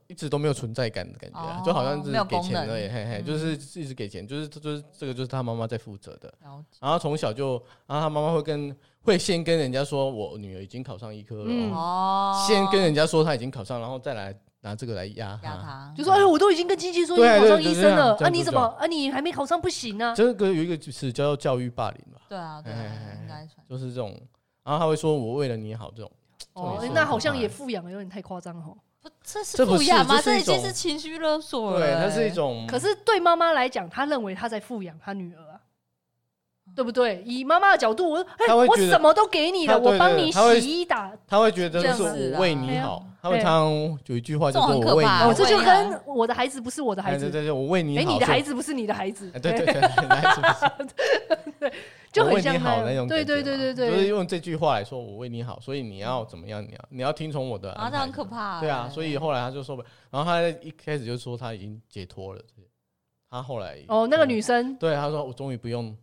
Speaker 2: 一直都没有存在感的感觉啊、
Speaker 3: 哦
Speaker 2: 就好像只
Speaker 3: 没有
Speaker 2: 是给
Speaker 3: 功
Speaker 2: 钱
Speaker 3: 能
Speaker 2: 而已，嘿嘿，
Speaker 3: 嗯
Speaker 2: 就是一直给钱，就是就是这个就是他妈妈在负责的。
Speaker 3: 了解。
Speaker 2: 然后从小就，然后他妈妈会跟会先跟人家说，我女儿已经考上医科了，
Speaker 1: 嗯
Speaker 3: 哦，
Speaker 2: 先跟人家说她已经考上，然后再来拿这个来压
Speaker 3: 压
Speaker 2: 她。
Speaker 3: 他，
Speaker 1: 就说哎，我都已经跟经纪说你
Speaker 2: 对啊
Speaker 1: 考
Speaker 2: 对
Speaker 1: 上
Speaker 2: 就
Speaker 1: 医
Speaker 2: 是
Speaker 1: 生
Speaker 2: 这样
Speaker 1: 了，
Speaker 2: 这
Speaker 1: 啊
Speaker 2: 样
Speaker 1: 你
Speaker 2: 就
Speaker 1: 怎
Speaker 2: 这
Speaker 1: 么
Speaker 2: 样
Speaker 1: 啊你还没考上不行啊呢？
Speaker 2: 这个有一个词叫做教育霸凌吧，
Speaker 3: 对啊，对
Speaker 2: 哎哎
Speaker 3: 啊
Speaker 2: 哎，
Speaker 3: 应该算。
Speaker 2: 就是这种，然后他会说我为了你好这种，重
Speaker 1: 哦哎
Speaker 2: 啊点是
Speaker 1: 那
Speaker 2: 很
Speaker 1: 好
Speaker 2: 可
Speaker 1: 像
Speaker 2: 怕
Speaker 1: 也富养了，有点太夸张哦。
Speaker 3: 不，这是
Speaker 2: 这不
Speaker 3: 不一样
Speaker 2: 是
Speaker 3: 吗？
Speaker 2: 这是一
Speaker 3: 这已经
Speaker 2: 种
Speaker 3: 是情绪勒索了
Speaker 2: 对，
Speaker 3: 欸。
Speaker 2: 它是一种，
Speaker 1: 可是对妈妈来讲，她认为她在富养她女儿啊，对不对？以妈妈的角度，我哎，
Speaker 2: 她会
Speaker 1: 我
Speaker 2: 觉得
Speaker 1: 什么都给你了，
Speaker 2: 她对
Speaker 1: 我帮
Speaker 2: 对
Speaker 1: 你
Speaker 2: 她会
Speaker 1: 洗衣打，
Speaker 2: 他会觉得
Speaker 3: 这样
Speaker 2: 是
Speaker 3: 子
Speaker 2: 我
Speaker 3: 啊
Speaker 2: 为你好，他会常有一句话
Speaker 3: 这
Speaker 2: 叫
Speaker 3: 种
Speaker 2: 做
Speaker 3: 很
Speaker 2: 我为
Speaker 3: 可
Speaker 2: 你
Speaker 3: 怕
Speaker 2: 好
Speaker 1: 哦，，这就
Speaker 3: 会啊
Speaker 1: 跟我的孩子不是我的孩
Speaker 2: 哎对
Speaker 1: 子，
Speaker 2: 对对，我为你
Speaker 1: 哎，
Speaker 2: 好，
Speaker 1: 你的
Speaker 2: 就
Speaker 1: 孩子不是你的孩子
Speaker 2: 哎，，对对对，来 是不是
Speaker 1: 就
Speaker 2: 我
Speaker 1: 很
Speaker 2: 为
Speaker 1: 像
Speaker 2: 你好
Speaker 1: 那
Speaker 2: 那种
Speaker 1: 样对
Speaker 2: 感觉
Speaker 1: 对
Speaker 2: 嘛，
Speaker 1: 对
Speaker 2: 就
Speaker 1: 对
Speaker 2: 是
Speaker 1: 对，
Speaker 2: 用这句话来说我为你好，所以你要怎么样，你要你要听从我的
Speaker 3: 啊，
Speaker 2: 安
Speaker 3: 这
Speaker 2: 排，
Speaker 3: 很可怕欸。
Speaker 2: 对啊，所以后来他就受不了，然后他一开始就说他已经解脱了，他后来
Speaker 1: 哦，那个女生，
Speaker 2: 对他说我终于不用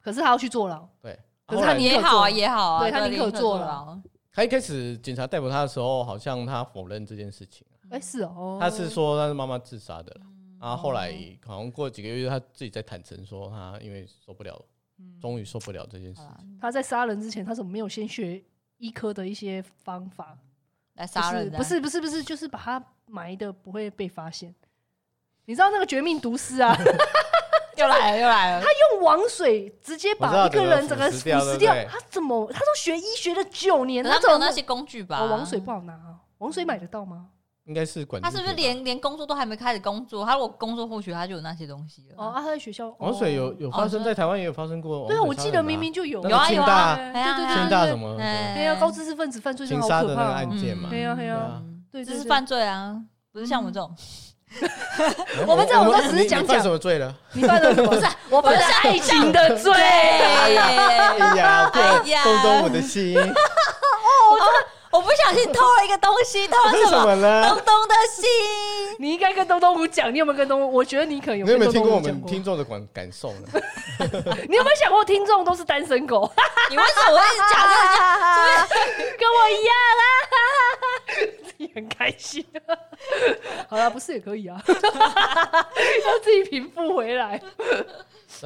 Speaker 1: 可是她要去坐牢，
Speaker 2: 对，
Speaker 1: 可是
Speaker 2: 后
Speaker 1: 他
Speaker 2: 来
Speaker 1: 宁
Speaker 3: 也
Speaker 1: 可
Speaker 3: 好
Speaker 1: 做
Speaker 3: 啊，也好啊，
Speaker 1: 对他
Speaker 3: 这
Speaker 1: 宁
Speaker 3: 个
Speaker 1: 可做了
Speaker 3: 了。
Speaker 2: 他一开始警察逮捕他的时候，好像他否认这件事情，
Speaker 1: 哎，是哦，
Speaker 2: 他是说他是妈妈自杀的，
Speaker 3: 嗯
Speaker 2: 然后后来好像过几个月，他自己在坦诚说他因为受不了，终于受不了这件事
Speaker 3: 好啦
Speaker 2: 情。
Speaker 1: 他在杀人之前，他怎么没有先学医科的一些方法？
Speaker 3: 来杀人这样
Speaker 1: 不是不是不是不是，就是把他埋的不会被发现。你知道那个绝命毒师啊，
Speaker 3: 又来了又来了，他
Speaker 1: 用王水直接
Speaker 2: 我知道
Speaker 1: 把一个人整个腐
Speaker 2: 整个腐
Speaker 1: 蚀
Speaker 2: 蚀掉
Speaker 1: 掉
Speaker 2: 对不对，
Speaker 1: 他怎么他都学医学了九年，
Speaker 3: 可
Speaker 1: 他
Speaker 3: 是
Speaker 1: 怎
Speaker 3: 他没有
Speaker 1: 么
Speaker 3: 那些工具吧？
Speaker 1: 哦王水不好拿啊？王水买得到吗？
Speaker 2: 应该是管制
Speaker 3: 他是不是
Speaker 2: 品吧
Speaker 3: 连连工作都还没开始工作？他如果工作或许他就有那些东西了。
Speaker 1: 哦，啊，他在学校
Speaker 2: 王水有有发生
Speaker 3: 哦
Speaker 2: 在台湾也有发生过？
Speaker 1: 哦对啊，
Speaker 2: 王
Speaker 1: 我
Speaker 2: 水杀
Speaker 1: 记
Speaker 2: 人
Speaker 1: 得
Speaker 2: 啊
Speaker 1: 明明就有
Speaker 2: 那
Speaker 3: 有啊
Speaker 2: 个清
Speaker 3: 有啊
Speaker 2: 大
Speaker 1: 对
Speaker 2: 啊
Speaker 3: 哎呀
Speaker 1: 对对
Speaker 2: 清
Speaker 1: 对
Speaker 2: 大
Speaker 1: 对
Speaker 2: 什么
Speaker 1: 对啊，高知识分子犯罪真
Speaker 2: 情
Speaker 1: 的好
Speaker 2: 杀的
Speaker 1: 可
Speaker 2: 那个
Speaker 1: 怕哦
Speaker 2: 案。件嘛
Speaker 1: 嗯，对啊对啊
Speaker 3: 嗯
Speaker 1: 对对
Speaker 3: 这是
Speaker 1: 对
Speaker 3: 犯罪啊，不是像我们这种，
Speaker 2: 然后
Speaker 1: 我们这种都只是
Speaker 2: 你你
Speaker 1: 讲
Speaker 2: 犯
Speaker 1: 讲
Speaker 2: 什么罪 了？
Speaker 1: 你犯了什么？不是，啊我犯了爱情的罪。
Speaker 3: 对，
Speaker 2: 哎呀，
Speaker 3: 哎
Speaker 2: 对，
Speaker 3: 呀
Speaker 2: 动动我的 心，
Speaker 3: 我不小心偷了一个东西，偷 了
Speaker 2: 为
Speaker 3: 什
Speaker 2: 什
Speaker 3: 么？
Speaker 2: 么呢
Speaker 3: 东？东的 心，
Speaker 1: 你应该跟东东虎讲，你有没有跟东？我觉得你可能有
Speaker 2: 你有
Speaker 1: 跟
Speaker 2: 没有听
Speaker 1: 东
Speaker 2: 过
Speaker 1: 东
Speaker 2: 我
Speaker 1: 虎讲
Speaker 2: 们
Speaker 1: 过。
Speaker 2: 听众的感感受呢？
Speaker 1: 你有没有想过，听众都是单身狗，
Speaker 3: 你为什么会一直讲这个？
Speaker 1: 跟我一样啊， 自己很开心。好了，不是也可以啊， 要自己平复回来。
Speaker 2: 对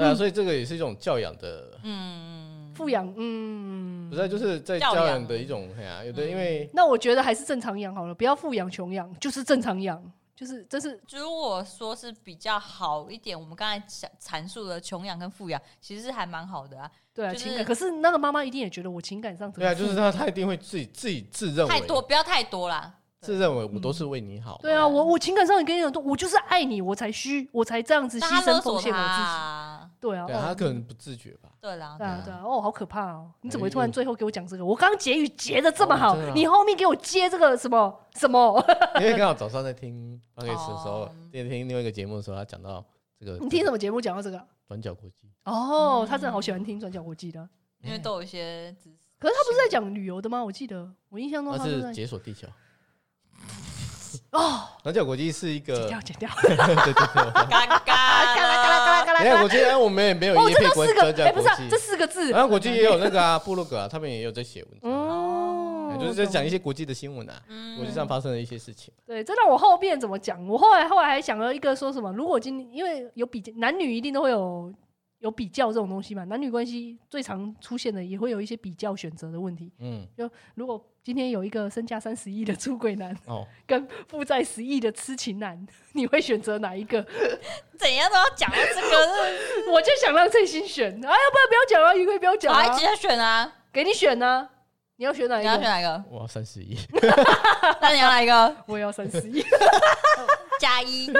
Speaker 1: 嗯
Speaker 2: 啊，所以这个也是一种教养的，
Speaker 3: 嗯，
Speaker 1: 富养，嗯
Speaker 2: 不，是啊就是在
Speaker 3: 教
Speaker 2: 教
Speaker 3: 养
Speaker 2: 养的一种，哎呀，有的因为
Speaker 1: 那我觉得还是正常养好了，不要富养穷养，就是正常养，就是这是
Speaker 3: 如果说是比较好一点，我们刚才讲阐述的穷养跟富养，其实是还蛮好的啊。
Speaker 1: 对啊，
Speaker 3: 就是
Speaker 1: 情感。可是那个妈妈一定也觉得我情感上怎
Speaker 2: 对啊
Speaker 1: 么
Speaker 2: 啊，就是他他一定会自己自己自认为
Speaker 3: 太多不要太多啦，
Speaker 2: 自认为我都是为你好。
Speaker 1: 嗯对啊，我我情感上也跟你讲说，我就是爱你，我才需，我才这样子
Speaker 3: 但他
Speaker 1: 牺
Speaker 3: 勒
Speaker 1: 牲
Speaker 3: 索
Speaker 1: 奉献
Speaker 3: 他
Speaker 1: 我自己。
Speaker 3: 啊，
Speaker 1: 对啊，
Speaker 2: 对
Speaker 1: 哦
Speaker 2: 他可能不自觉吧。
Speaker 3: 对啦，
Speaker 1: 对啊，
Speaker 3: 对
Speaker 1: 对
Speaker 3: 啦
Speaker 1: 啊，哦，好可怕哦！你怎么会
Speaker 2: 哎
Speaker 1: 突然
Speaker 2: 又
Speaker 1: 最后给我讲这个？我刚刚结语结的这么好
Speaker 2: 哦真的，啊
Speaker 1: 你后面给我接这个什么什么？
Speaker 2: 因为刚好早上在 听 p o d c a s 的时候
Speaker 3: 哦，
Speaker 2: 在听另外一个节目的时候，他讲到这个
Speaker 1: 你听什么节目讲到这个？啊
Speaker 2: 转角国际，
Speaker 1: 哦，他真的好喜欢听转角国际的。
Speaker 3: 因为都有一些知识
Speaker 1: 可是他不是在讲旅游的吗？我记得我印象中
Speaker 2: 那
Speaker 1: 他是
Speaker 2: 是
Speaker 1: 在
Speaker 2: 解锁地球。
Speaker 1: 哦，
Speaker 2: 转角国际是一
Speaker 1: 剪
Speaker 2: 个，
Speaker 1: 掉剪掉，
Speaker 2: 对对对。
Speaker 3: 嘎嘎
Speaker 1: 嘎啦嘎啦嘎啦
Speaker 3: 啦，
Speaker 1: 嘎啦
Speaker 2: 哎
Speaker 1: 嘎
Speaker 2: 呀，
Speaker 1: 啦。
Speaker 2: 我觉得我们也没有
Speaker 1: 哦，
Speaker 2: 业
Speaker 1: 这
Speaker 2: 配
Speaker 1: 都
Speaker 2: 关
Speaker 1: 四
Speaker 2: 转
Speaker 1: 个，哎，
Speaker 2: 角
Speaker 1: 不
Speaker 2: 国
Speaker 1: 是啊
Speaker 2: 际
Speaker 1: 这，四个字
Speaker 2: 然后国际也有那个啊 部落格啊，他们也有在写文章，
Speaker 1: 哦
Speaker 2: 哎，就是在讲一些国际的新闻啊，
Speaker 3: 嗯
Speaker 2: 国际上发生的一些事情。
Speaker 1: 对，这让我后面怎么讲？我后来后来还想了一个说什么？如果今因为有比男女一定都会有有比较这种东西嘛，男女关系最常出现的也会有一些比较选择的问题。
Speaker 2: 嗯，
Speaker 1: 如果今天有一个身价三十亿的出轨男
Speaker 2: 哦，
Speaker 1: 跟负债十亿的痴情男，你会选择哪一个？
Speaker 3: 怎样都要讲到这 个，
Speaker 1: 我就想让翠心选，啊，要不然不要讲啊，一个也不要讲
Speaker 3: 好，一
Speaker 1: 啊
Speaker 3: 直，在选啊，
Speaker 1: 给你选啊，你要选哪一
Speaker 3: 你要选
Speaker 1: 个？
Speaker 3: 哪一个？
Speaker 2: 我要三十 一，
Speaker 3: 那你要哪一 个？
Speaker 1: 我也要三十亿。
Speaker 3: 加一，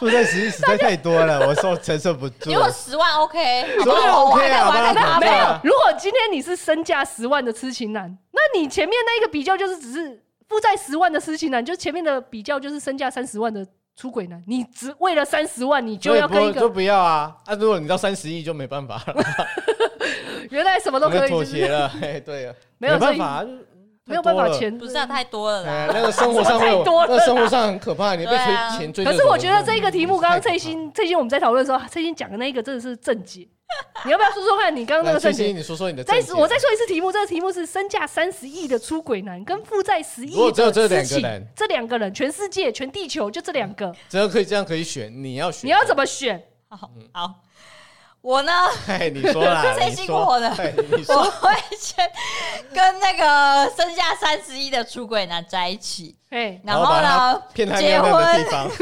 Speaker 2: 负债十亿实在太多了，我受承受不住
Speaker 3: 如果十万 OK，好不好
Speaker 2: 十万 OK
Speaker 3: 我还在
Speaker 2: 好
Speaker 3: 我
Speaker 2: 不好
Speaker 3: 还在
Speaker 2: 好
Speaker 3: 打
Speaker 2: 不
Speaker 1: 没
Speaker 2: 好
Speaker 3: 分
Speaker 1: 有，如果今天你是身价十万的痴情男，那你前面那一个比较就是只是负债十万的痴情男，就前面的比较就是身价三十万的出轨男，你只为了三十万你就要跟一
Speaker 2: 就
Speaker 1: 个
Speaker 2: 不要啊！啊，如果你到三十亿就没办法了，
Speaker 1: 原来什么都
Speaker 2: 我
Speaker 1: 可
Speaker 2: 们
Speaker 1: 以，
Speaker 2: 妥
Speaker 1: 就是
Speaker 2: 协了。哎，对啊，
Speaker 1: 没有
Speaker 2: 办
Speaker 1: 所以
Speaker 2: 法啊，就是
Speaker 1: 没有办法
Speaker 2: 太多了
Speaker 1: 钱
Speaker 3: 不是啊，太多了
Speaker 2: 哎
Speaker 3: 啦，，
Speaker 2: 那个生活 上会有
Speaker 1: 太多，了啦
Speaker 2: 那个生活上很可怕，你被
Speaker 3: 对啊
Speaker 2: 追钱追。
Speaker 1: 可是我觉得这个题目，刚刚
Speaker 2: 太可怕
Speaker 1: 翠心翠心我们在讨论的时候，翠心讲的那个真的是正解。你要不要说说看你刚刚那
Speaker 2: 来，
Speaker 1: 个正
Speaker 2: 欣
Speaker 1: 解
Speaker 2: 欣，？你说说你的
Speaker 1: 再
Speaker 2: 正解。
Speaker 1: 我再说一次题目，这个题目是身价三十亿的出轨男跟负债十亿
Speaker 2: 如果只有
Speaker 1: 的
Speaker 2: 这两
Speaker 1: 痴
Speaker 2: 个
Speaker 1: 情
Speaker 2: 人，
Speaker 1: 这两个人，全世界全地球就这两个，
Speaker 2: 只要可以这样可以选，你要选，
Speaker 1: 你要怎么选？
Speaker 3: 好，
Speaker 2: 嗯
Speaker 3: 好，我呢，
Speaker 2: 哎，你说 啦，
Speaker 3: 谁
Speaker 2: 你
Speaker 3: 辛苦
Speaker 2: 说
Speaker 3: 我呢
Speaker 2: 哎你
Speaker 3: 我
Speaker 2: 说，
Speaker 3: 会先跟那个身价三十亿的出轨男在一起，
Speaker 1: 哎，
Speaker 3: 然后
Speaker 2: 把他
Speaker 3: 呢，
Speaker 2: 骗他
Speaker 3: 结
Speaker 2: 尿
Speaker 3: 婚
Speaker 2: 尿的地方
Speaker 3: 好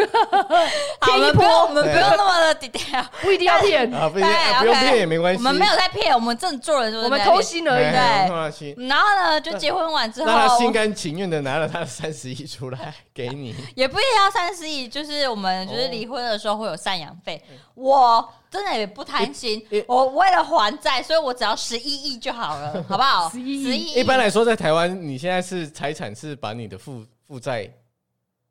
Speaker 1: 骗
Speaker 3: 了，
Speaker 1: 一
Speaker 3: 不
Speaker 1: 波
Speaker 3: 用，我们不
Speaker 2: 对
Speaker 3: 用那么的 detail，
Speaker 1: 不一定要骗，
Speaker 2: 啊， 不一定
Speaker 3: 哎
Speaker 2: 啊不用
Speaker 3: OK
Speaker 2: 骗也没关系。
Speaker 3: 我们没有在骗，我们正做人，
Speaker 1: 我们偷心而已。
Speaker 2: 哎
Speaker 3: 对
Speaker 2: 放他心
Speaker 3: 然后呢，就结婚完之
Speaker 2: 让他心
Speaker 3: 后，
Speaker 2: 甘情愿的拿了他的三十亿出来给 你，
Speaker 3: 也不一定要三十亿，就是我们就是
Speaker 2: 哦
Speaker 3: 离婚的时候会有赡养费。我真的也不贪心
Speaker 2: 一一，
Speaker 3: 我为了还债，所以我只要十一亿就好了，好不好？
Speaker 1: 11亿
Speaker 3: 11
Speaker 2: 一般来说，在台湾，你现在是财产是把你的负负债，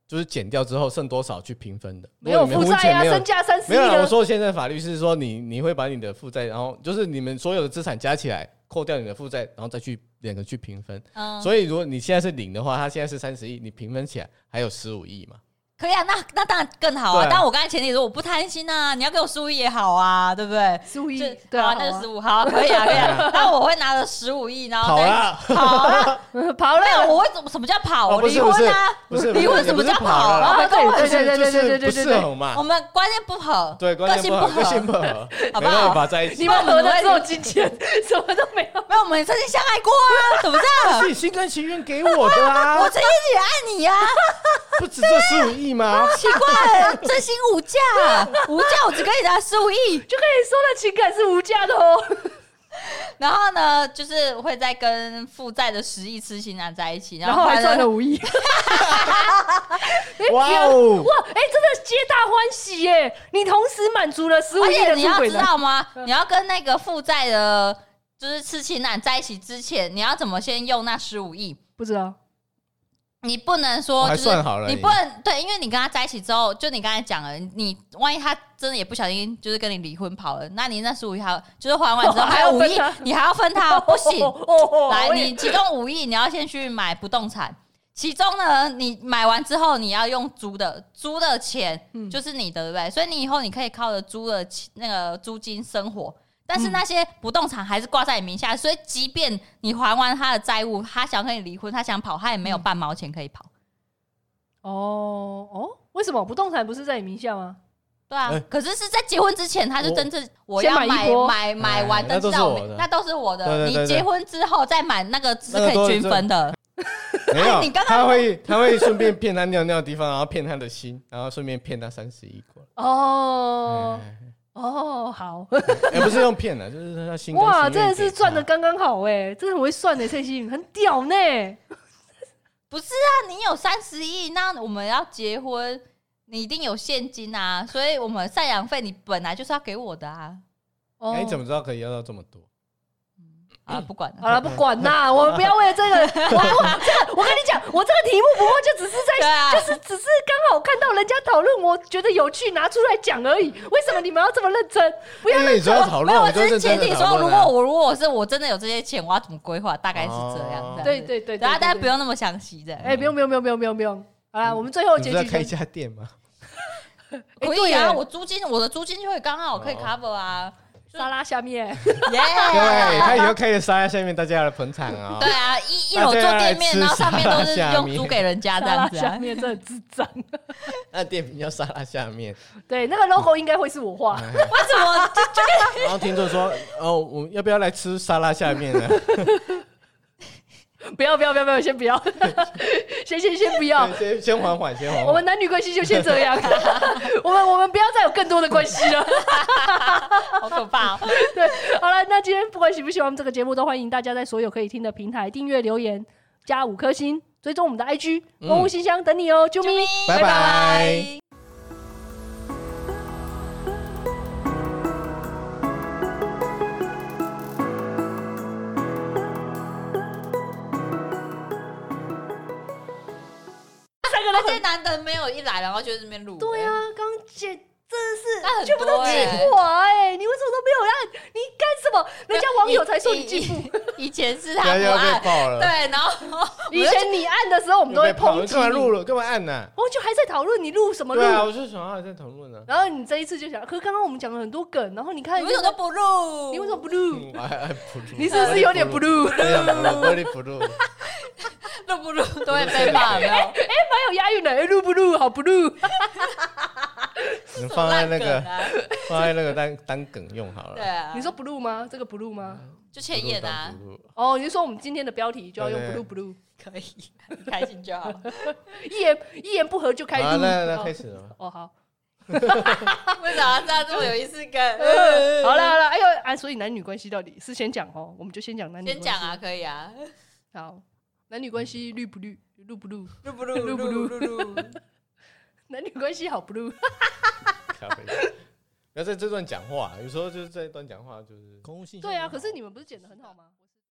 Speaker 2: 就是减掉之后剩多少去平分的。
Speaker 1: 没有
Speaker 2: 如果
Speaker 1: 负
Speaker 2: 你们
Speaker 1: 债
Speaker 2: 婚前
Speaker 1: 啊，
Speaker 2: 没有
Speaker 1: 身价三十
Speaker 2: 没
Speaker 1: 亿
Speaker 2: 有
Speaker 3: E
Speaker 2: 啦。我
Speaker 1: 的，
Speaker 2: 说现在法律是说你你会把你的负债，然后就是你们所有的资产加起来，扣掉你的负债，然后再去两个去平分。
Speaker 3: 嗯，
Speaker 2: 所以如果你现在是零的话，他现在是三十亿，你平分起来还有十五亿嘛？
Speaker 3: 可以啊，那那当然更好啊
Speaker 2: 对。啊
Speaker 3: 但我刚才前提是我不贪心啊，你要给我十五亿也好啊，对不对？
Speaker 1: 十五亿
Speaker 3: 这，
Speaker 1: 对
Speaker 3: 好
Speaker 1: 啊，
Speaker 3: 啊，那就十
Speaker 1: 好
Speaker 3: 五，好啊，可以啊，可以
Speaker 2: 对
Speaker 3: 啊。那我会拿着十五亿，然后
Speaker 2: 跑
Speaker 3: 再
Speaker 2: 啦！
Speaker 3: 跑啊，
Speaker 1: 啊 跑
Speaker 3: 没有，
Speaker 1: 了，
Speaker 3: 我会怎么什么叫跑？
Speaker 2: 哦
Speaker 3: 我
Speaker 2: 不
Speaker 3: 离
Speaker 2: 是不
Speaker 3: 婚
Speaker 2: 是
Speaker 3: 啊，
Speaker 2: 不是
Speaker 3: 离
Speaker 2: 不
Speaker 3: 婚什
Speaker 2: 是
Speaker 3: 么
Speaker 2: 不
Speaker 3: 叫
Speaker 2: 是
Speaker 3: 跑
Speaker 2: 跑了
Speaker 3: 啊？
Speaker 2: 啦
Speaker 1: 啊，对
Speaker 2: 就
Speaker 1: 对
Speaker 2: 是
Speaker 1: 对对
Speaker 2: 就
Speaker 1: 对对对
Speaker 2: 是哦
Speaker 1: 对
Speaker 2: 不适
Speaker 1: 对，
Speaker 2: 合嘛
Speaker 3: 我？们观念不合，
Speaker 2: 对，关
Speaker 3: 个
Speaker 2: 键
Speaker 3: 性
Speaker 2: 不合，个。
Speaker 3: 合
Speaker 2: 性不合，
Speaker 3: 好
Speaker 2: 没
Speaker 3: 不好
Speaker 2: 办法在一
Speaker 1: 你
Speaker 2: 起。
Speaker 1: 们合的只有 金钱，什么都没有。
Speaker 3: 没有，我们曾经相爱过啊，怎么这样？
Speaker 2: 自己心甘情愿给我的啊
Speaker 3: 我曾经也爱你呀、啊
Speaker 2: 不止这十五亿吗？
Speaker 3: 奇怪，真心无价，无价，我只跟你拿十五亿。
Speaker 1: 就跟你说了，情感是无价的哦。
Speaker 3: 然后呢，就是会再跟负债的十亿痴情男在一起，
Speaker 1: 然后还
Speaker 3: 快乐
Speaker 1: 赚 了五亿，
Speaker 2: 哇哦！
Speaker 1: 哇！ 哎，真的皆大欢喜耶！你同时满足了十五
Speaker 3: 而
Speaker 1: 亿
Speaker 3: 且
Speaker 1: 的
Speaker 3: 你要
Speaker 1: 出轨
Speaker 3: 知
Speaker 1: 男，
Speaker 3: 道吗？你要跟那个负债的，就是痴情男在一起之前，你要怎么先用那十五亿？
Speaker 1: 不知道
Speaker 3: 你不能
Speaker 2: 我
Speaker 3: 说，
Speaker 2: 还
Speaker 3: 就是
Speaker 2: 算好了
Speaker 3: 你不能对，因为你跟他在一起之后，就你刚才讲了，你万一他真的也不小心就是跟你离婚跑了，那你那十五亿还有就是还完之后
Speaker 1: 还
Speaker 3: 还
Speaker 1: 要
Speaker 3: 有五
Speaker 1: 分
Speaker 3: 亿
Speaker 1: 他，
Speaker 3: 你还要分 他，不行。
Speaker 1: 哦
Speaker 3: 来，你其中五亿你要先去买不动产，其中呢，你买完之后你要用租的，租的钱
Speaker 1: 嗯
Speaker 3: 就是你的，对不对？所以你以后你可以靠着租的钱那个租金生活。但是
Speaker 1: 嗯
Speaker 3: 那些不动产还是挂在你名下，所以即便你还完他的债务，他想跟你离婚，他想跑，他也
Speaker 1: 嗯
Speaker 3: 没有半毛钱可以跑。
Speaker 1: 哦哦，为什么不动产不是在你名下吗？
Speaker 3: 对啊
Speaker 2: 哎，
Speaker 3: 可是是在结婚之前，他就
Speaker 2: 我
Speaker 3: 真正我
Speaker 1: 先
Speaker 3: 要
Speaker 1: 买一
Speaker 3: 买
Speaker 1: 波
Speaker 3: 买买完
Speaker 2: 哎那
Speaker 3: 登
Speaker 2: 都
Speaker 3: 记
Speaker 2: 是
Speaker 3: 到
Speaker 2: 我
Speaker 3: 名
Speaker 2: 的
Speaker 3: 那都是我
Speaker 2: 对
Speaker 3: 的。
Speaker 2: 对对
Speaker 3: 你
Speaker 2: 对
Speaker 3: 结婚之后再买那个是
Speaker 2: 那个
Speaker 3: 可以
Speaker 2: 都是
Speaker 3: 均分的。
Speaker 2: 没有，
Speaker 3: 哎你刚刚
Speaker 2: 他会他会顺便骗他尿尿的地方，然后骗他的心，然后顺便骗他三十亿过来。
Speaker 1: 哦
Speaker 2: 哎
Speaker 3: 嗯
Speaker 1: 哦，好。
Speaker 2: 哎，不是用骗的，就是他心甘情
Speaker 1: 哇，
Speaker 2: 愿
Speaker 1: 真的是
Speaker 2: 给他
Speaker 1: 赚的刚刚好哎、真的很会算呢、欸，蔡心很屌呢、
Speaker 3: 不是啊，你有三十亿，那我们要结婚，你一定有现金啊，所以我们赡养费你本来就是要给我的啊。
Speaker 1: 哦
Speaker 2: 哎，你怎么知道可以要到这么多？
Speaker 3: 啊，
Speaker 2: 嗯
Speaker 3: 不管
Speaker 1: 好
Speaker 3: 了，
Speaker 1: 了，不管啦，我们不要为了这个， 我我这个，我跟你讲，我这个题目不过就只是
Speaker 3: 对
Speaker 1: 在，
Speaker 3: 啊，
Speaker 1: 就是只是刚好看到人家讨论，我觉得有趣，拿出来讲而已。为什么你们要这么认真？不要
Speaker 2: 因哎为你说要讨论，
Speaker 3: 没有，
Speaker 2: 我
Speaker 3: 我
Speaker 2: 就
Speaker 3: 只是
Speaker 2: 认
Speaker 3: 前
Speaker 2: 真地
Speaker 3: 提
Speaker 2: 讨
Speaker 3: 说，
Speaker 2: 论
Speaker 3: 如
Speaker 2: 啊
Speaker 3: 果我如果我是我真的有这些钱，我要怎么规划？大概是这样
Speaker 2: 哦
Speaker 3: 的。
Speaker 1: 对对对，
Speaker 3: 大家大家不
Speaker 1: 用。
Speaker 3: 用那么详细的。
Speaker 1: 哎，不用不用不用不用不用不用。好啦，我们最后
Speaker 2: 你
Speaker 1: 结
Speaker 2: 不是要
Speaker 1: 局
Speaker 2: 开一
Speaker 1: 就
Speaker 2: 家店吗？
Speaker 1: 哎
Speaker 3: 可以啊，
Speaker 1: 对耶
Speaker 3: 我租金我的租金就会刚好可以
Speaker 2: 哦
Speaker 3: cover 啊，
Speaker 1: 沙拉 下面，
Speaker 3: 耶！
Speaker 1: 哎
Speaker 2: 对，他以后开个沙拉下面大家的捧场啊
Speaker 3: 对。啊，一一楼坐
Speaker 2: 大家来
Speaker 3: 店
Speaker 2: 吃
Speaker 3: 面，然后上面都是
Speaker 2: 沙拉下
Speaker 3: 用
Speaker 2: 面
Speaker 3: 租给人家这
Speaker 1: 沙拉
Speaker 3: 样子
Speaker 1: 下
Speaker 3: 啊。
Speaker 1: 面真的智障。
Speaker 2: 那店名叫沙拉下面，
Speaker 1: 对，那个 logo 应该会是我画。
Speaker 3: 为什么？
Speaker 2: 然后听众说：“哦，我们要不要来吃沙拉下面呢嗯
Speaker 1: 不要不要不要不要，先 不要，先先先不？”要。
Speaker 2: 先先缓缓，先缓
Speaker 1: 哦我
Speaker 2: 缓
Speaker 1: 们。男女关系就先这 样，我们我们不要再有更多的关系了。
Speaker 3: 好可怕哦！
Speaker 1: 对，好了，那今天不管喜不喜欢我们这个节目，都欢迎大家在所有可以听的平台订阅、留言、加五颗星，追踪我们的 IG
Speaker 2: 嗯
Speaker 1: 购物信箱，等你哦，啾
Speaker 3: 救命
Speaker 1: 咪！！
Speaker 2: 拜拜
Speaker 1: 三个
Speaker 3: 而
Speaker 1: 人
Speaker 3: 且难得没有一来，然后就在那边录。
Speaker 1: 对啊，，
Speaker 2: 哎
Speaker 1: 刚姐真
Speaker 3: 那
Speaker 1: 的
Speaker 3: 很
Speaker 1: 是全部都
Speaker 3: 多
Speaker 1: 进
Speaker 3: 欸
Speaker 1: 化哎、你为什么都没有按？你干什么？人家网友才说你进步，
Speaker 3: 步。以以前是他
Speaker 2: 大家
Speaker 3: 不
Speaker 2: 要被
Speaker 3: 按，
Speaker 2: 爆了，
Speaker 3: 对，然后
Speaker 1: 以前你按的时候我们都
Speaker 2: 又
Speaker 1: 会
Speaker 2: 被爆
Speaker 1: 抨
Speaker 2: 了，
Speaker 1: 击
Speaker 2: 干嘛
Speaker 1: 你
Speaker 2: 录，了？干嘛按呢？
Speaker 1: 我就还在讨论你录什么录
Speaker 2: 对。啊，我就想要在讨论呢。
Speaker 1: 然后你这一次就想，可是刚刚我们讲了很多梗，然后你看
Speaker 3: 你为什么都不录？
Speaker 1: 哎你为什么不录？
Speaker 2: 嗯我还还不录，
Speaker 1: 你是不是有点不录？
Speaker 2: 我也不录？我也不 录，
Speaker 3: 录不录都会被骂，有没有？
Speaker 1: 还有押韵的，哎，录不录？好不录？
Speaker 2: 你放在那
Speaker 3: 什么烂梗
Speaker 2: 个
Speaker 3: 啊
Speaker 2: 放在那个当当梗用好
Speaker 3: 对
Speaker 2: 了。
Speaker 3: 啊，
Speaker 1: 你说不录吗？这个不录吗？
Speaker 3: 就前言啊
Speaker 2: 不，录当不录
Speaker 1: 哦，你是说我们今天的标题就要用不录不录，
Speaker 3: 可以， 你开心就好。
Speaker 1: 一言一言不合就开录
Speaker 2: 好，啊那那
Speaker 1: 哦
Speaker 2: 开始了吗。
Speaker 1: 哦，好，
Speaker 3: 为啥这样这么有意思感？
Speaker 1: 好了好了，哎呦，啊，所以男女关系到底是先讲哦，我们就先讲男女，
Speaker 3: 先讲啊，，可以啊，
Speaker 1: 好，男女关系绿不绿，录不录，
Speaker 3: 录不录？
Speaker 1: 录不录
Speaker 3: 录录录。
Speaker 1: 男女关系好不录，
Speaker 2: 咖啡。不要在这段讲话，有时候就是在这段讲话，就是公共性。
Speaker 1: 啊
Speaker 2: 啊
Speaker 1: 对啊，可是你们不是剪的很好吗？